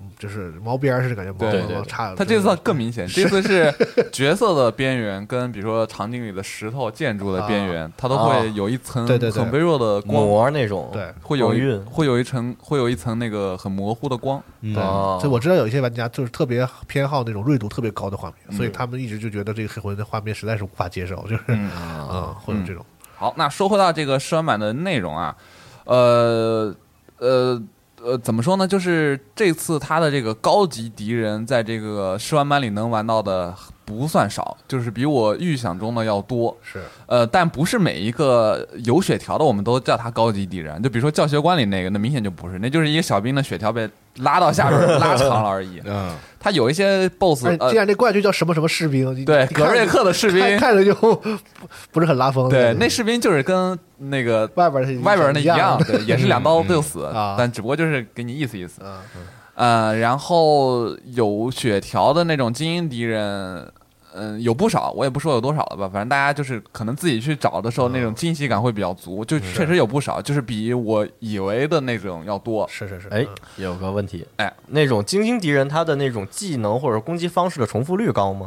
嗯就是毛边儿似的感觉，毛对毛对毛对差。他这次更明显，这次是角色的边缘跟比如说场景里的石头、建筑的边缘，它都啊会有一层对对对很微弱的光，膜那种，对会有光一晕会有一层会有一层那个很模糊的光。对，哦所以我知道有一些玩家就是特别偏好那种锐度特别高的画面，所以他们一直就觉得这个黑魂的画面实在是无法接受，就是嗯啊，会有这种好，那说回到这个试玩版的内容啊，呃呃呃，怎么说呢？就是这次它的这个高级敌人在这个试玩版里能玩到的不算少，就是比我预想中的要多。是呃，但不是每一个有血条的我们都叫他高级敌人。就比如说教学关里那个，那明显就不是，那就是一个小兵的血条被拉到下边儿拉长了而已。嗯，他有一些 BOSS，而呃既，然哎这怪就叫什么什么士兵，你对你看格瑞克的士兵看，看着就不是 很拉风。对，那士兵就是跟那个外边的外边儿那一样，的对，也是两刀就死嗯啊，但只不过就是给你意思意思。啊，呃，然后有血条的那种精英敌人，嗯，有不少，我也不说有多少了吧，反正大家就是可能自己去找的时候，那种惊喜感会比较足，嗯就确实有不少，就是比我以为的那种要多。 是是是，哎嗯，有个问题，哎，那种精英敌人他的那种技能或者攻击方式的重复率高吗？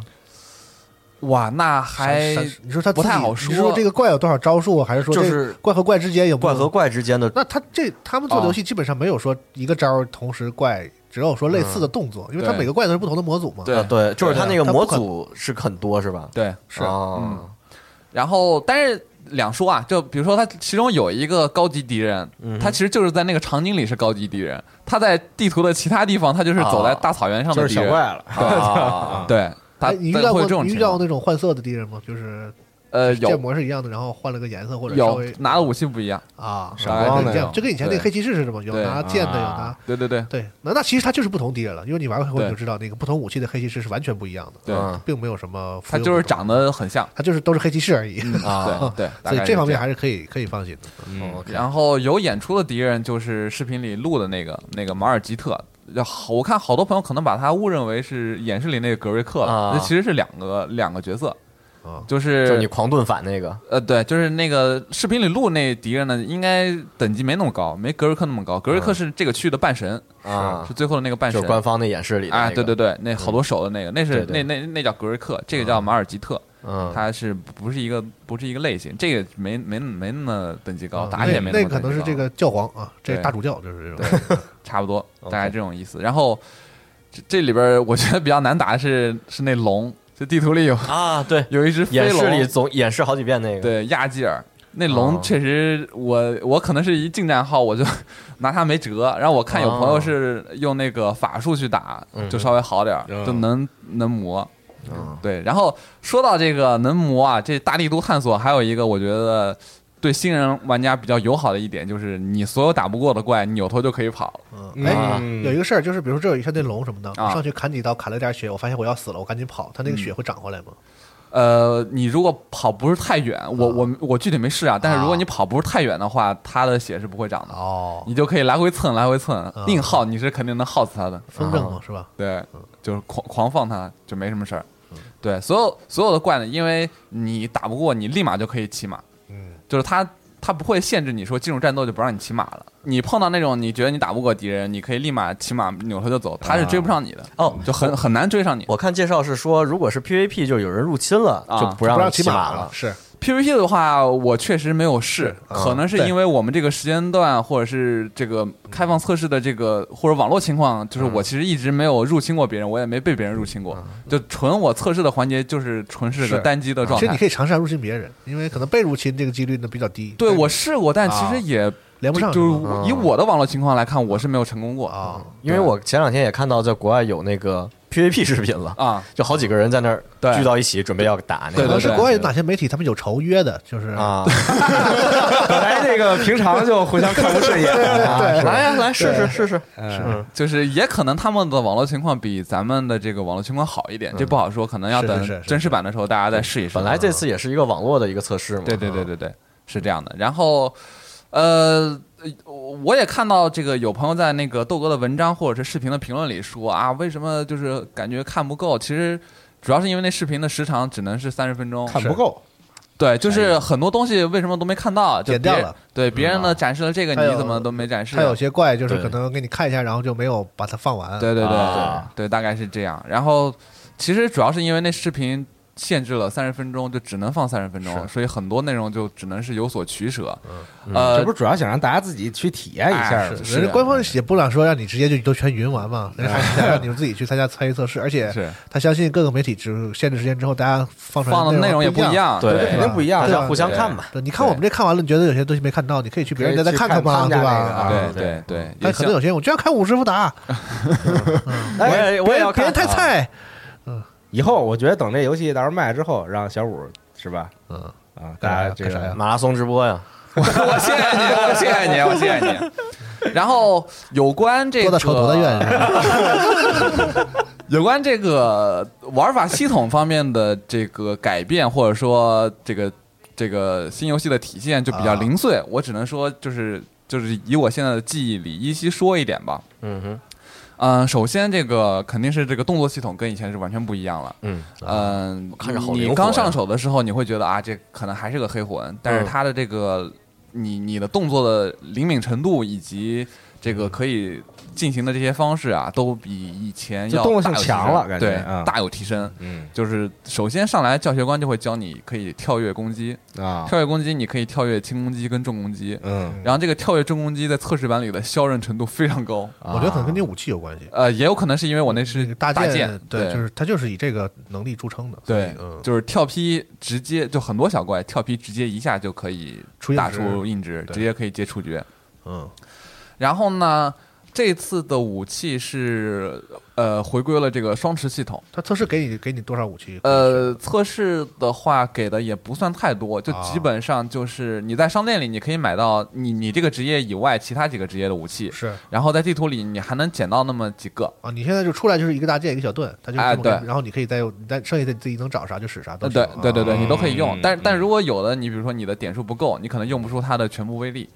哇，那还闪闪你说他不太自己好你是说说这个怪有多少招数啊，还是说就这是怪和怪之间有不怪同和怪之间的那他这他们做的游啊戏基本上没有说一个招儿同时怪，只有说类似的动作，因为他嗯对每个怪都是不同的模组嘛。哎对对，就是他那个对啊模组是很多是吧？对，哦嗯然后但是。两说啊，就比如说他其中有一个高级敌人，嗯他其实就是在那个场景里是高级敌人，他在地图的其他地方，他就是走在啊大草原上就的是敌小人。怪了， 啊，对，他哎，你遇但到会有过这种你情遇到过况。那种换色的敌人吗？就是呃，建有模是一样的，然后换了个颜色或者稍有嗯微拿的武器不一样，啊，闪光的那这样种就跟以前那对个黑骑士似的嘛，有对拿剑的，有拿啊。对对对对，那那其实它就是不同敌人了，因为你玩过黑魂对你就知道，那个不同武器的黑骑士是完全不一样的，对，嗯并没有什么服他用的东西。就是长嗯得很像，它就是都是黑骑士而已，啊，对对，大所以概这方面样。还是可以可以放心的。嗯，然后有演出的敌人就是视频里录的那个那个马尔吉特，要好我看好多朋友可能把他误认为是演示里那个格瑞克了，啊那其实是两个两个角色啊，就就是你是。狂盾反那个呃，对，就是那个视频里录那敌人呢，应该等级没那么高，没格瑞克那么高。格瑞克是这个区域的半神，啊是，最后的那个半就神是。官方的演示里的啊，那个嗯对对，对，那好多手的那个，那是对对啊那那那叫格瑞克，这个叫马尔吉特，嗯，它是不是一个不是一个类型？这个没没没那么等级高，啊打起来那没那么可能等级是高这个教皇啊，这对大主教就是这种。差不多，大概这种意思。然后这这里边儿我觉得比较难打的是是那龙，这地图里有啊，对，有一只演飞示里龙，总演示好几遍那个，对亚基尔。那龙哦确实我，我可能是一近战号，我就 拿它没辙。然后我看有朋友哦是用那个法术去打，嗯就稍微好点儿，嗯就能能磨。嗯对，然后说到这个能磨啊，这大力度探索还有一个我觉得对新人玩家比较友好的一点就是，你所有打不过的怪，你扭头就可以跑了。嗯，哎，嗯有一个事儿就是，比如说这有一像那龙什么的，啊嗯我上去砍几刀，砍了点血，我发现我要死了，我赶紧跑，它那个血会长回来吗？呃，你如果跑不是太远，我我我具体没试啊，但是如果啊你跑不是太远的话，它的血是不会长的，哦，你就可以来回蹭来回蹭，硬耗你是肯定能耗死它的。风筝啊嘛，是吧？对，就是狂狂放它就没什么事儿。对，所有所有的怪呢，因为你打不过，你立马就可以骑马。嗯，就是它它不会限制你说进入战斗就不让你骑马了。你碰到那种你觉得你打不过敌人，你可以立马骑马扭头就走，它是追不上你的，哦，就很很难追上你。我看介绍是说，如果是 PVP，就有人入侵了，啊就不不让骑马了，是 PVP 的话，我确实没有试，啊可能是对因为我们这个时间段，或者是这个开放测试的这个或者网络情况，就是我其实一直没有入侵过别人，我也没被别人入侵嗯过，就纯我测试的环节就是纯是个是单机的状啊其实你态。可以尝试下入侵别人，因为可能被入侵这个几率呢比较低。对但我试过，但其实也啊连不上就就是吗是以我的网络情况来看，我是没有成功过啊啊，因为我前两天也看到在国外有那个 PVP 视频了，就好几个人在那儿对聚到一起，准备要打那可对对能个是对国外有哪些媒体他们有仇约的，就是啊，本 来这哎个平常就互相看不顺眼，啊来呀来试试试试，嗯就是也可能他们的网络情况比咱们的这个网络情况好一点，这不好说，可能要是嗯是等是是真实版的时候大家再试一试。本来这次也是一个啊网络的一个测试嘛，对对对对对，是这样的。然后，呃，我也看到这个有朋友在那个豆哥的文章或者是视频的评论里说啊，为什么就是感觉看不够？其实主要是因为那视频的时长只能是三十分 钟，看不够，对，就是很多东西为什么都没看到，就剪掉别了。对，别人呢展示了这个，还有你怎么都没展示？他有些怪就是对可能给你看一下，然后就没有把它放完。对对对、啊对，大概是这样。然后其实主要是因为那视频限制了三十分钟，就只能放三十分钟，所以很多内容就只能是有所取舍。呃，这不是主要想让大家自己去体验一下哎吗？是人家官方也不想说让你直接就都全云完嘛，人家还是想让你们自己去参加参与测试， 而且是他相信各个媒体只限制时间之后，大家放出来放的内容也不一一样。样。对这肯定不一样大对家吧互相看吧。对，你看我们这看完了，你觉得有些东西没看到，你可以去别人家再看可以嘛，去看他们对家那个吧？啊对对对，但也可能像有些人我就要看五十伏打，我也我别也人哎别要看人太菜，啊以后我觉得等这游戏到时候卖了之后，让小五是吧？嗯啊，大家这干啥呀个 马拉松直播呀， 我谢谢你，我谢谢你，我谢谢你。然后有关这啊多大个仇多大怨，是吧？有关这个玩法系统方面的这个改变，或者说这个这个新游戏的体现就比啊较零碎。我只能说，就是就是以我现在的记忆里依稀说一点吧。嗯哼，嗯、首先这个肯定是这个动作系统跟以前是完全不一样了。嗯，嗯，看着好灵活你呀刚上手的时候，你会觉得啊，这可能还是个黑魂，但是嗯它的这个你你的动作的灵敏程度以及这个可以进行的这些方式啊，都比以前就要动作性大有提强升了感觉对，啊大有提升。嗯就是首先上来教学官就会教你可以跳跃攻击，啊 跳跃攻击你可以跳跃轻攻击跟重攻击，嗯，然后这个跳跃重攻击在测试版里的消刃程度非常高，我觉得可能跟你武器有关系。呃，也有可能是因为我那那是个大剑，对，就是他就是以这个能力著称的。所以对，嗯，就是跳劈直接就很多小怪跳劈直接一下就可以出硬打直出硬直，对直接可以接触觉。嗯，然后呢，这次的武器是呃回归了这个双持系统。他测试给你给你多少武器？呃，测试的话给的也不算太多，就啊基本上就是你在商店里你可以买到你你这个职业以外其他几个职业的武器，是然后在地图里你还能捡到那么几个。啊，你现在就出来就是一个大剑一个小盾，他就哎这么给你对然后你可以再用，你再剩下的自己能找啥就使啥都行呃，对啊对对对，你都可以用嗯。但但如果有的你比如说你的点数不够，你可能用不出它的全部威力。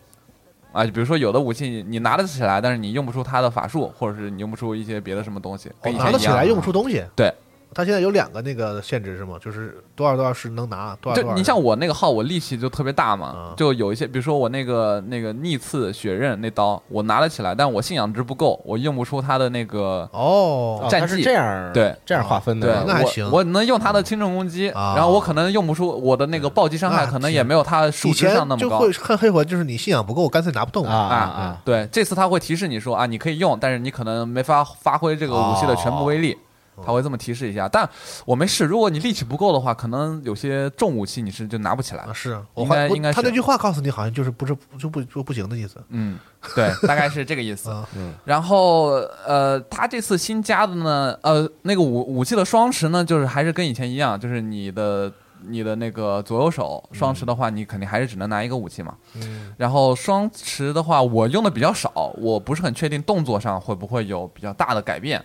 啊，比如说有的武器你你拿得起来，但是你用不出它的法术，或者是你用不出一些别的什么东西，我跟以拿前得一起来样。啊用不出东西。对，他现在有两个那个限制是吗？就是多少多少是能拿，多少多就少你像我那个号，我力气就特别大嘛啊，就有一些，比如说我那个那个逆刺血刃那刀，我拿得起来，但我信仰值不够，我用不出它的那个。哦，啊战它是绩这样对这样划分对的，，那还行我我能用它的轻重攻击，啊然后我可能用不出我的那个暴击伤害，那可能挺也没有它数以值上那前就么高。会看黑魂，就是你信仰不够，干脆拿不动啊啊啊，！对，这次他会提示你说啊，你可以用，但是你可能没法发挥这个武器的全部威力，他会这么提示一下。但我没试，如果你力气不够的话，可能有些重武器你是就拿不起来啊。是啊，我应该怀我应该他是那句话告诉你，好像就是不是就不就不行的意思。嗯，对，大概是这个意思啊。然后呃，他这次新加的呢，呃，那个武武器的双持呢，就是还是跟以前一样，就是你的你的那个左右手双持的话，你肯定还是只能拿一个武器嘛。嗯然后双持的话，我用的比较少，我不是很确定动作上会不会有比较大的改变。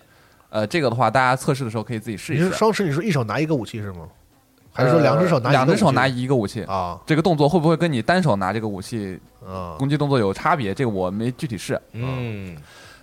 呃，这个的话，大家测试的时候可以自己试你一是试。双持，你说一手拿一个武器是吗？还是说两只手拿一个武呃器两只手拿一个武器？啊这个动作会不会跟你单手拿这个武器啊攻击动作有差别？这个我没具体试。嗯，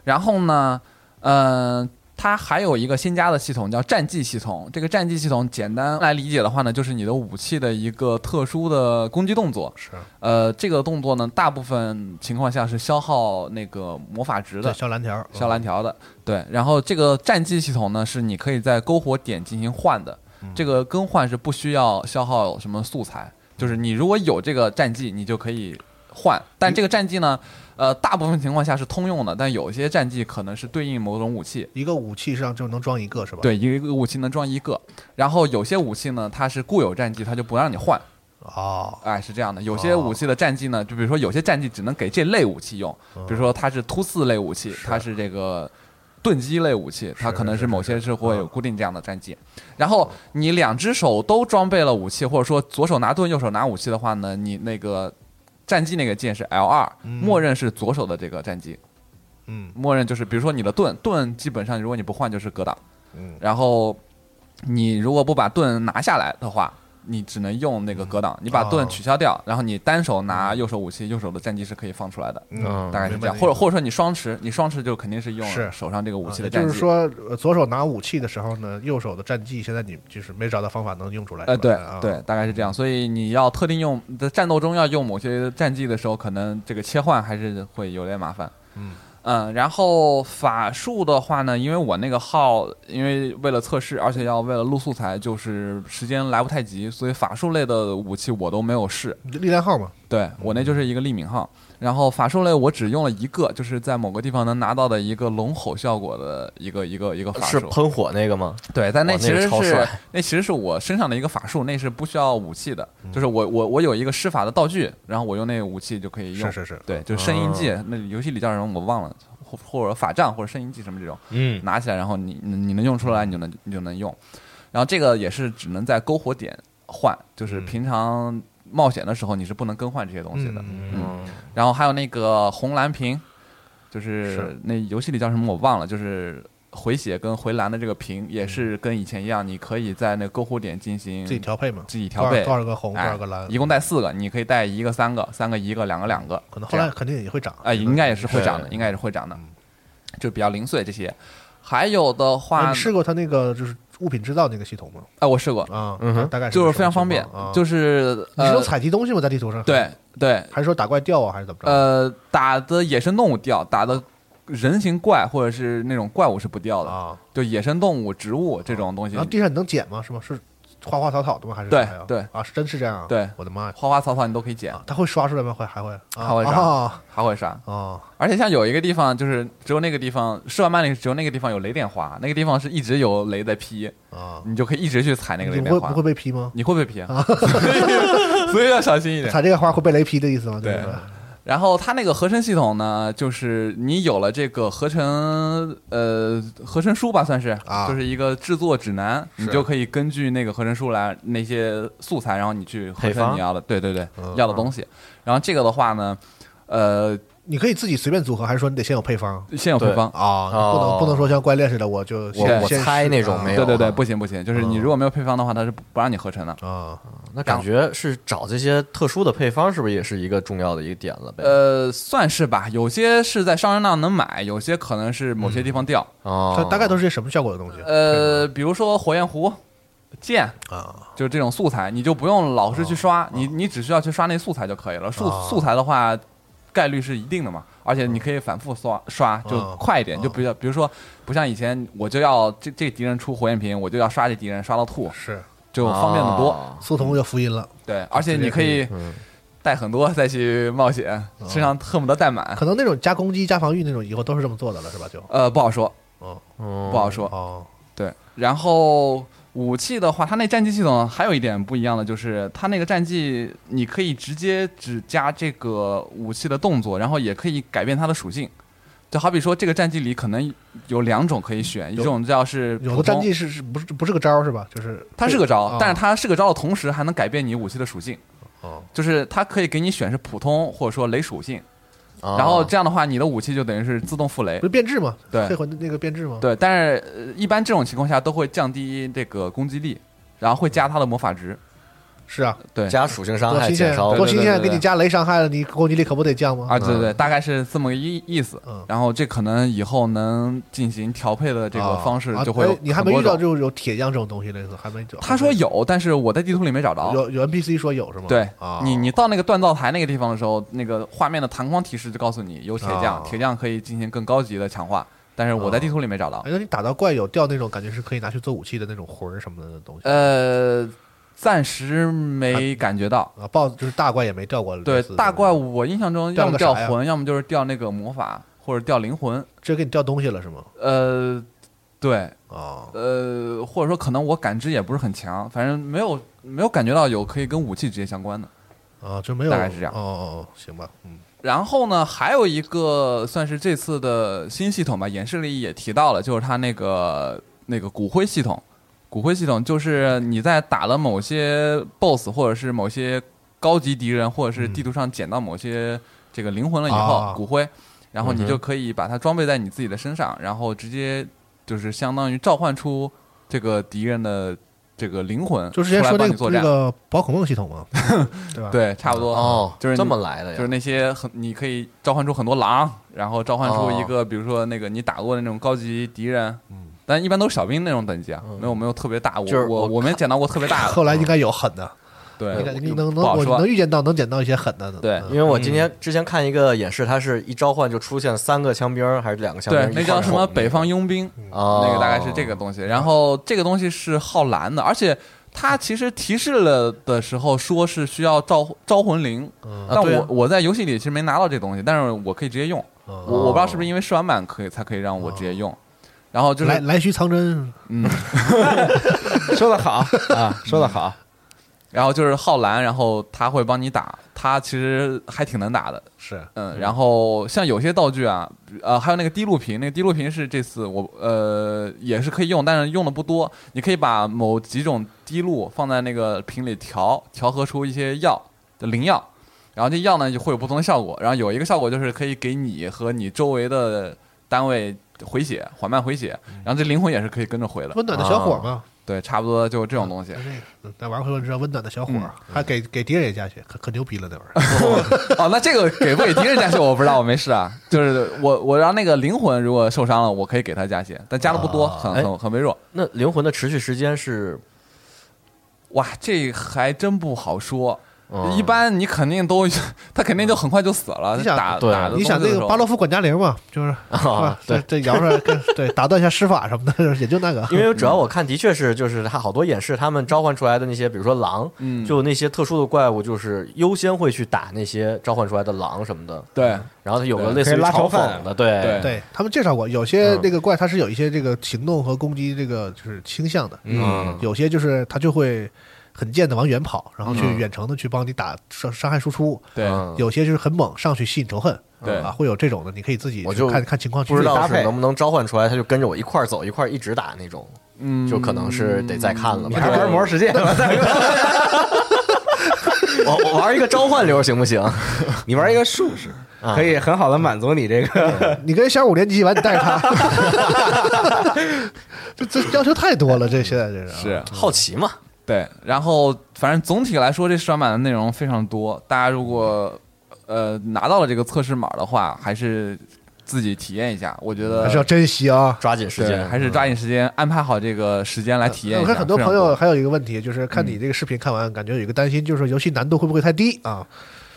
然后呢，呃，它还有一个新加的系统叫战绩系统。这个战绩系统简单来理解的话呢，就是你的武器的一个特殊的攻击动作。是呃，这个动作呢，大部分情况下是消耗那个魔法值对的。小蓝条消蓝条的，对，然后这个战绩系统呢，是你可以在篝火点进行换的，这个更换是不需要消耗什么素材，就是你如果有这个战绩，你就可以换，但这个战绩呢，呃，大部分情况下是通用的，但有些战绩可能是对应某种武器。一个武器上就能装一个是吧？对，一个武器能装一个，然后有些武器呢，它是固有战绩，它就不让你换，哦，哎，是这样的。有些武器的战绩呢，就比如说有些战绩只能给这类武器用，比如说它是突刺类武器，它嗯是这个盾击类武器，它可能是某嗯些是会有固定这样的战绩。然后你两只手都装备了武器，或者说左手拿盾，右手拿武器的话呢，你那个战绩那个键是 L 二，默认是左手的这个战绩。嗯默认就是，比如说你的盾，盾基本上如果你不换就是格挡，嗯然后你如果不把盾拿下来的话，你只能用那个格挡，你把盾取消掉，然后你单手拿右手武器，右手的战绩是可以放出来的，嗯，大概是这明样，白或者或者说你双持，你双持就肯定是用是啊手上这个武器的就战绩，是说，呃左手拿武器的时候呢，右手的战绩现在你就是没找到方法能用出来。呃，是吧对啊对，大概是这样，所以你要特定用在战斗中要用某些战绩的时候，可能这个切换还是会有点麻烦。嗯嗯然后法术的话呢，因为我那个号，因为为了测试，而且要为了录素材，就是时间来不太及，所以法术类的武器我都没有试。力量号嘛，对我那就是一个利敏号，然后法术类我只用了一个，就是在某个地方能拿到的一个龙吼效果的一个一个一个法术是。喷火那个吗？对，但那哇其那个实超是帅那其实是我身上的一个法术，那是不需要武器的，就是我我我有一个施法的道具，然后我用那个武器就可以用。嗯是是是，对，就是声音技，那游戏里叫什么我忘了，或或者法杖或者声音技什么这种，嗯，拿起来然后你你你能用出来，你就能你就能用。然后这个也是只能在篝火点换，就是平常冒险的时候你是不能更换这些东西的。嗯，然后还有那个红蓝屏，就是是那游戏里叫什么我忘了，就是回血跟回蓝的这个屏也是嗯跟以前一样，你可以在那篝火点进行自己调配嘛，自己调配多少多少个红，多哎少个蓝，一共带四个，你可以带一个三个，三个一个，两个两个，可能这后样来肯定也会涨啊、应该也是会涨的，对应该也是会涨嗯的，就比较零碎这些。还有的啊话你，试过他那个就是物品制造那个系统吗？哎，我试过，啊，嗯哼大大概就是个非常方便什么情况，啊就是你是呃能，采集东西吗？在地图上？对，对，还是说打怪掉啊，还是怎么着？呃，打的野生动物掉，打的人形怪或者是那种怪物是不掉的，啊，就野生动物、植物这种东西然后，地上你能捡吗？是吗？是花花草草的吗？还是对啥呀对啊，是真是这样啊？对我的妈呀！花花草草你都可以捡，啊，它会刷出来吗？会还会啊还会刷啊还会啥？哦而且像有一个地方，就是只有那个地方，射完曼里只有那个地方有雷电花，那个地方是一直有雷在劈，啊，你就可以一直去踩那个雷你电会花不。会啊被劈吗？你会不会劈？啊 所以要小心一点。采这个花会被雷劈的意思吗？就是对然后它那个合成系统呢，就是你有了这个合成呃合成书吧，算是，啊就是一个制作指南，你就可以根据那个合成书来那些素材，然后你去合配成方你要的，对对对，要的东西。然后这个的话呢，呃，你可以自己随便组合，还是说你得先有配方先有配方。啊？你不能哦不能说像怪猎似的，我就我先我先猜试那种啊没有对对对，啊不行不行，就是你如果没有配方的话，它是不不让你合成的。啊，那感觉是找这些特殊的配方，是不是也是一个重要的一个点了呗？呃，算是吧，有些是在商人那能买，有些可能是某些地方掉。哦，它大概都是些什么效果的东西呃，比如说火焰壶、剑，啊？就是这种素材，你就不用老是去刷，你你只需要去刷那素材就可以了。素、哦素材的话，概率是一定的嘛，而且你可以反复刷刷，就哦快一点，就比较，比如说不像以前我就要这这敌人出火焰瓶，我就要刷这敌人刷到吐，是就方便的多。哦苏童就福音了，对，而且你可以嗯啊带很多再去冒险，身上恨不得带满。可能那种加攻击、加防御那种，以后都是这么做的了，是吧？就呃，不好说，哦不好说。哦，对，然后武器的话，它那战绩系统还有一点不一样的，就是它那个战绩你可以直接只加这个武器的动作，然后也可以改变它的属性。就好比说，这个战绩里可能有两种可以选，一种叫是有普的战通绩是是不是不是个招儿是吧？就是它是个招，啊但是它是个招的同时还能改变你武器的属性。哦，就是它可以给你选是普通或者说雷属性，哦然后这样的话，你的武器就等于是自动附雷不。是变质吗？对黑魂的那个变质吗？对，但是呃一般这种情况下都会降低这个攻击力，然后会加它的魔法值。是啊，对，加属性伤多害新哎减鲜，伤，多新对对鲜！对给你加雷伤害了，你攻击力可不得降吗？啊，对对对，大概是这么个意意思嗯。然后这可能以后能进行调配的这个方式啊就会有哎你还很没多遇到种。就有铁匠这种东西类似，还没有。他说有，但是我在地图里没找着。有有 NPC 说有是吗？对啊，你你到那个锻造台那个地方的时候，那个画面的弹框提示就告诉你有铁匠哦，铁匠可以进行更高级的强化，但是我在啊地图里没哎找到哎，。那你打到怪有掉那种感觉是可以拿去做武器的那种魂儿什么的东西？呃，暂时没感觉到。啊，BOSS 就是大怪也没掉过类对似的大怪，我印象中掉要了么个掉啥呀魂，要么就是掉那个魔法或者掉灵魂。直接给你掉东西了是吗？呃，对，哦，呃，或者说可能我感知也不是很强，反正没有没有感觉到有可以跟武器直接相关的。啊，就没有，大概是这样哦哦哦，行吧，嗯，然后呢，还有一个算是这次的新系统吧，演示里也提到了，就是它那个那个骨灰系统。骨灰系统就是你在打了某些 BOSS 或者是某些高级敌人，或者是地图上捡到某些这个灵魂了以后，啊骨灰，然后你就可以把它装备在你自己的身上，然后直接就是相当于召唤出这个敌人的这个灵魂，就之前说那出来帮你个作那战。个宝可梦系 统嘛，对吧？，对，差不多哦，就是你这么来的呀，就是那些很，你可以召唤出很多狼，然后召唤出哦一个，比如说那个你打过的那种高级敌人，嗯，但一般都是小兵那种等级啊，没有没有特别大，我嗯就是我我我没捡到过特别大的，后来应该有狠的，应该对，你能能呃不好我说能预见到能捡到一些狠的，对嗯因为我今天之前看一个演示，它是一召唤就出现三个枪兵儿还是两个枪兵儿对一，块那儿叫什么晃北方佣兵，哦那个大概是这个东西，然后这个东西是耗蓝的，而且。它其实提示了的时候说是需要召召魂铃，嗯但对我啊我在游戏里其实没拿到这东西，但是我可以直接用。嗯哦我我不知道是不是因为试玩版可以才可以让我直接用，然后就是来来须藏针，嗯，说的好啊，说的好，然后就是浩兰，然后他会帮你打，他其实还挺能打的，是嗯。然后像有些道具啊，呃，还有那个滴露瓶，那个滴露瓶是这次我呃也是可以用，但是用的不多。你可以把某几种滴露放在那个瓶里调，调和出一些药的灵药，然后这药呢就会有不同的效果。然后有一个效果就是可以给你和你周围的单位回血，缓慢回血，然后这灵魂也是可以跟着回的。温暖的小伙嘛，嗯对，差不多就这种东西那。这个嗯那玩回我知道温暖的小伙嗯，还给给敌人也加血，可可牛逼了那玩意儿， 哦，那这个给不给敌人加血我不知道，我没事啊。就是我我让那个灵魂如果受伤了，我可以给他加血，但加的不多，啊很哎很很微弱。那灵魂的持续时间是哇，这还真不好说。嗯一般你肯定都他肯定就很快就死了。哦你想打对打的你想那这个巴洛夫管家铃嘛，就是 啊啊，，这对，这摇出来 跟对打断一下施法什么的， 也就那个，因为主要我看的确是就是它好多演示，他们召唤出来的那些，比如说狼，嗯就那些特殊的怪物，就是优先会去打那些召唤出来的狼什么的。嗯对然后它有个对类似于可以拉嘲仇恨讽的，对对对他们介绍过，有些嗯那个怪它是有一些这个行动和攻击这个就是倾向的，嗯，有些就是它就会很贱的往远跑，然后去嗯远程的去帮你打伤伤害输出，对嗯有些就是很猛上去吸引仇恨，对啊，会有这种的，你可以自己我就看看情况去不知自己道搭是配能不能召唤出来，它就跟着我一块儿走，一块儿一直打那种，嗯就可能是得再看了你吧。还玩魔兽世界呢？我我玩一个召唤流行不行？你玩一个术士，啊可以很好的满足你这个你跟小五联机完，你带着他， 这这要求太多了，这现在这是啊是好奇嘛？对。然后反正总体来说，这试玩版的内容非常多。大家如果呃拿到了这个测试码的话，还是自己体验一下。我觉得还是要珍惜啊。抓紧时对，间，还是抓紧时间安排好这个时间来体验呃一我下。看很多非常朋多嗯友还有一个问题，就是看你这个视频看完，感觉有一个担心，就是说游戏难度会不会太低啊？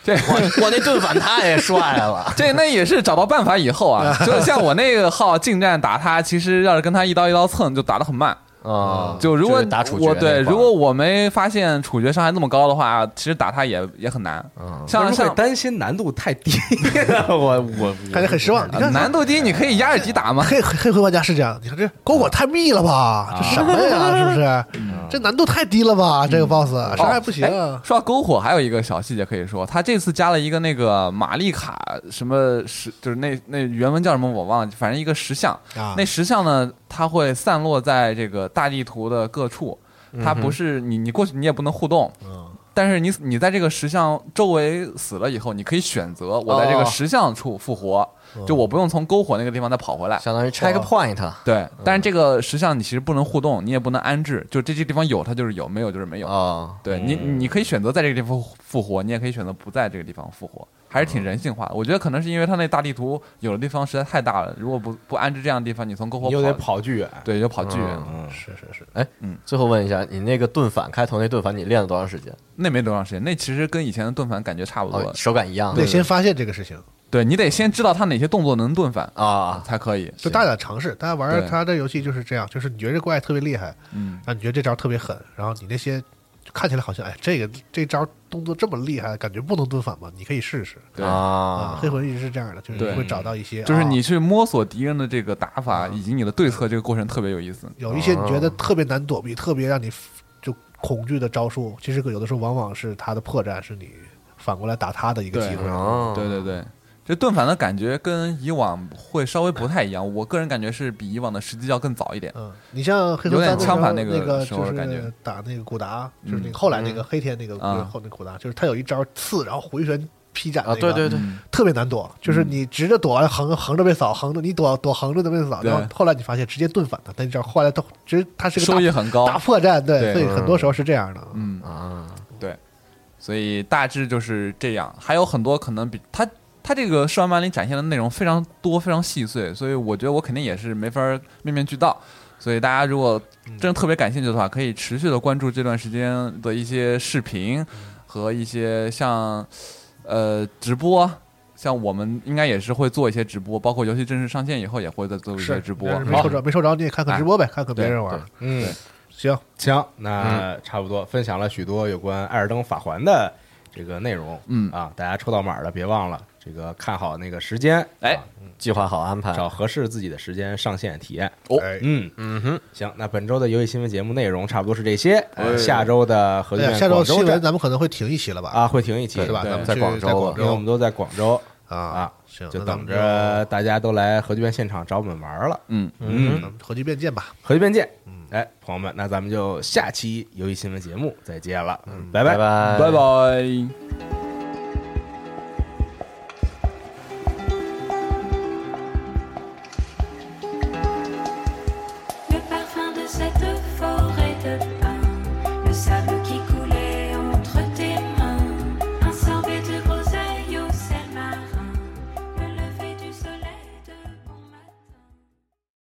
这，我那盾反太帅 了这那也是找到办法以后啊，就像我那个号近战打他，其实要是跟他一刀一刀蹭，就打得很慢。啊！就如果是打处决我那块儿，对，如果我没发现处决伤害那么高的话，其实打他也也很难。嗯像 会像担心难度太低， 我我感觉很失望。你呃看难度低，你可以压着级打 嘛。黑黑黑魂玩家是这样，你看这篝火太密了嗯吧？这什么呀？是不是？这难度太低了吧？这个 boss 嗯伤害不行啊。说到哎篝火，还有一个小细节可以说，他这次加了一个那个玛丽卡，什么石，就是那那原文叫什么我忘了，反正一个石像。啊哎那石像呢，它会散落在这个大地图的各处，它不是你你过去你也不能互动，嗯但是你你在这个石像周围死了以后，你可以选择我在这个哦石像处复活，就我不用从篝火那个地方再跑回来。相当于 checkpoint 对，但是这个石像你其实不能互动，你也不能安置，就这些地方有它就是有，没有就是没有。啊，对你，你可以选择在这个地方复活，你也可以选择不在这个地方复活，还是挺人性化的。我觉得可能是因为它那大地图有的地方实在太大了，如果不不安置这样的地方，你从篝火哦你又得跑，跑巨远，对，就跑巨远了。嗯，是是是，最后问一下，你那个盾反开头那盾反你练了多长时间？那没多长时间，那其实跟以前的盾反感觉差不多哦，手感一样得先发现这个事情，对你得先知道他哪些动作能盾反啊，才可以。就大胆尝试。大家玩对他这游戏就是这样，就是你觉得这怪特别厉害，嗯，然后你觉得这招特别狠，然后你那些就看起来好像哎，这个这招动作这么厉害，感觉不能蹲反吧？你可以试试对啊啊。。黑魂一直是这样的，就是你对会找到一些，就是啊你去摸索敌人的这个打法以及你的对策，这个过程特别有意思。有一些你觉得特别难躲避、特别让你 f- 就恐惧的招数，其实有的时候往往是他的破绽，是你反过来打他的一个对机会。哦对对对，这盾反的感觉跟以往会稍微不太一样，我个人感觉是比以往的时机要更早一点。嗯，你像黑有魂三点的时候枪法那那个时候就的感觉是打那个古达，就是那嗯个后来那个黑天那个啊不是后那个古达，就是他有一招刺，然后回旋劈斩那啊，个，对对对，特别难躲，就是你直着躲完横横着被扫，横着你躲躲横着能被扫，对然后后来你发现直接盾反他，但你知道后来都直他是个收大益很高，大破绽，对，对所以很多时候是这样的。嗯，啊，所以大致就是这样。还有很多可能比它它这个试玩版里展现的内容非常多，非常细碎，所以我觉得我肯定也是没法面面俱到。所以大家如果嗯真的特别感兴趣的话，可以持续的关注这段时间的一些视嗯频和一些像呃直播。像我们应该也是会做一些直播，包括游戏正式上线以后也会再做一些是直播。但是没好抽着，没抽着你也看看直播呗，看看别人对玩对。嗯，行，嗯行，那差不多分享了许多有关《艾尔登法环》的这个内容。嗯啊，大家抽到码的别忘了这个看好那个时间，哎啊计划好安排。找合适自己的时间上线体验。哦哎嗯嗯哼，行，那本周的游戏新闻节目内容差不多是这些。呃哎下周的核哎聚呀变下周广新州闻站咱们可能会停一期了吧？啊会停一期，对吧？对咱们在去广州在广因为我州们都在广州，啊啊，行，就那咱等们着大家都来核聚变现场找我们玩了。嗯，嗯，咱们合集变见吧。核聚变见嗯！哎，朋友们，那咱们就下期游戏新闻节目再见了，嗯，拜拜拜拜。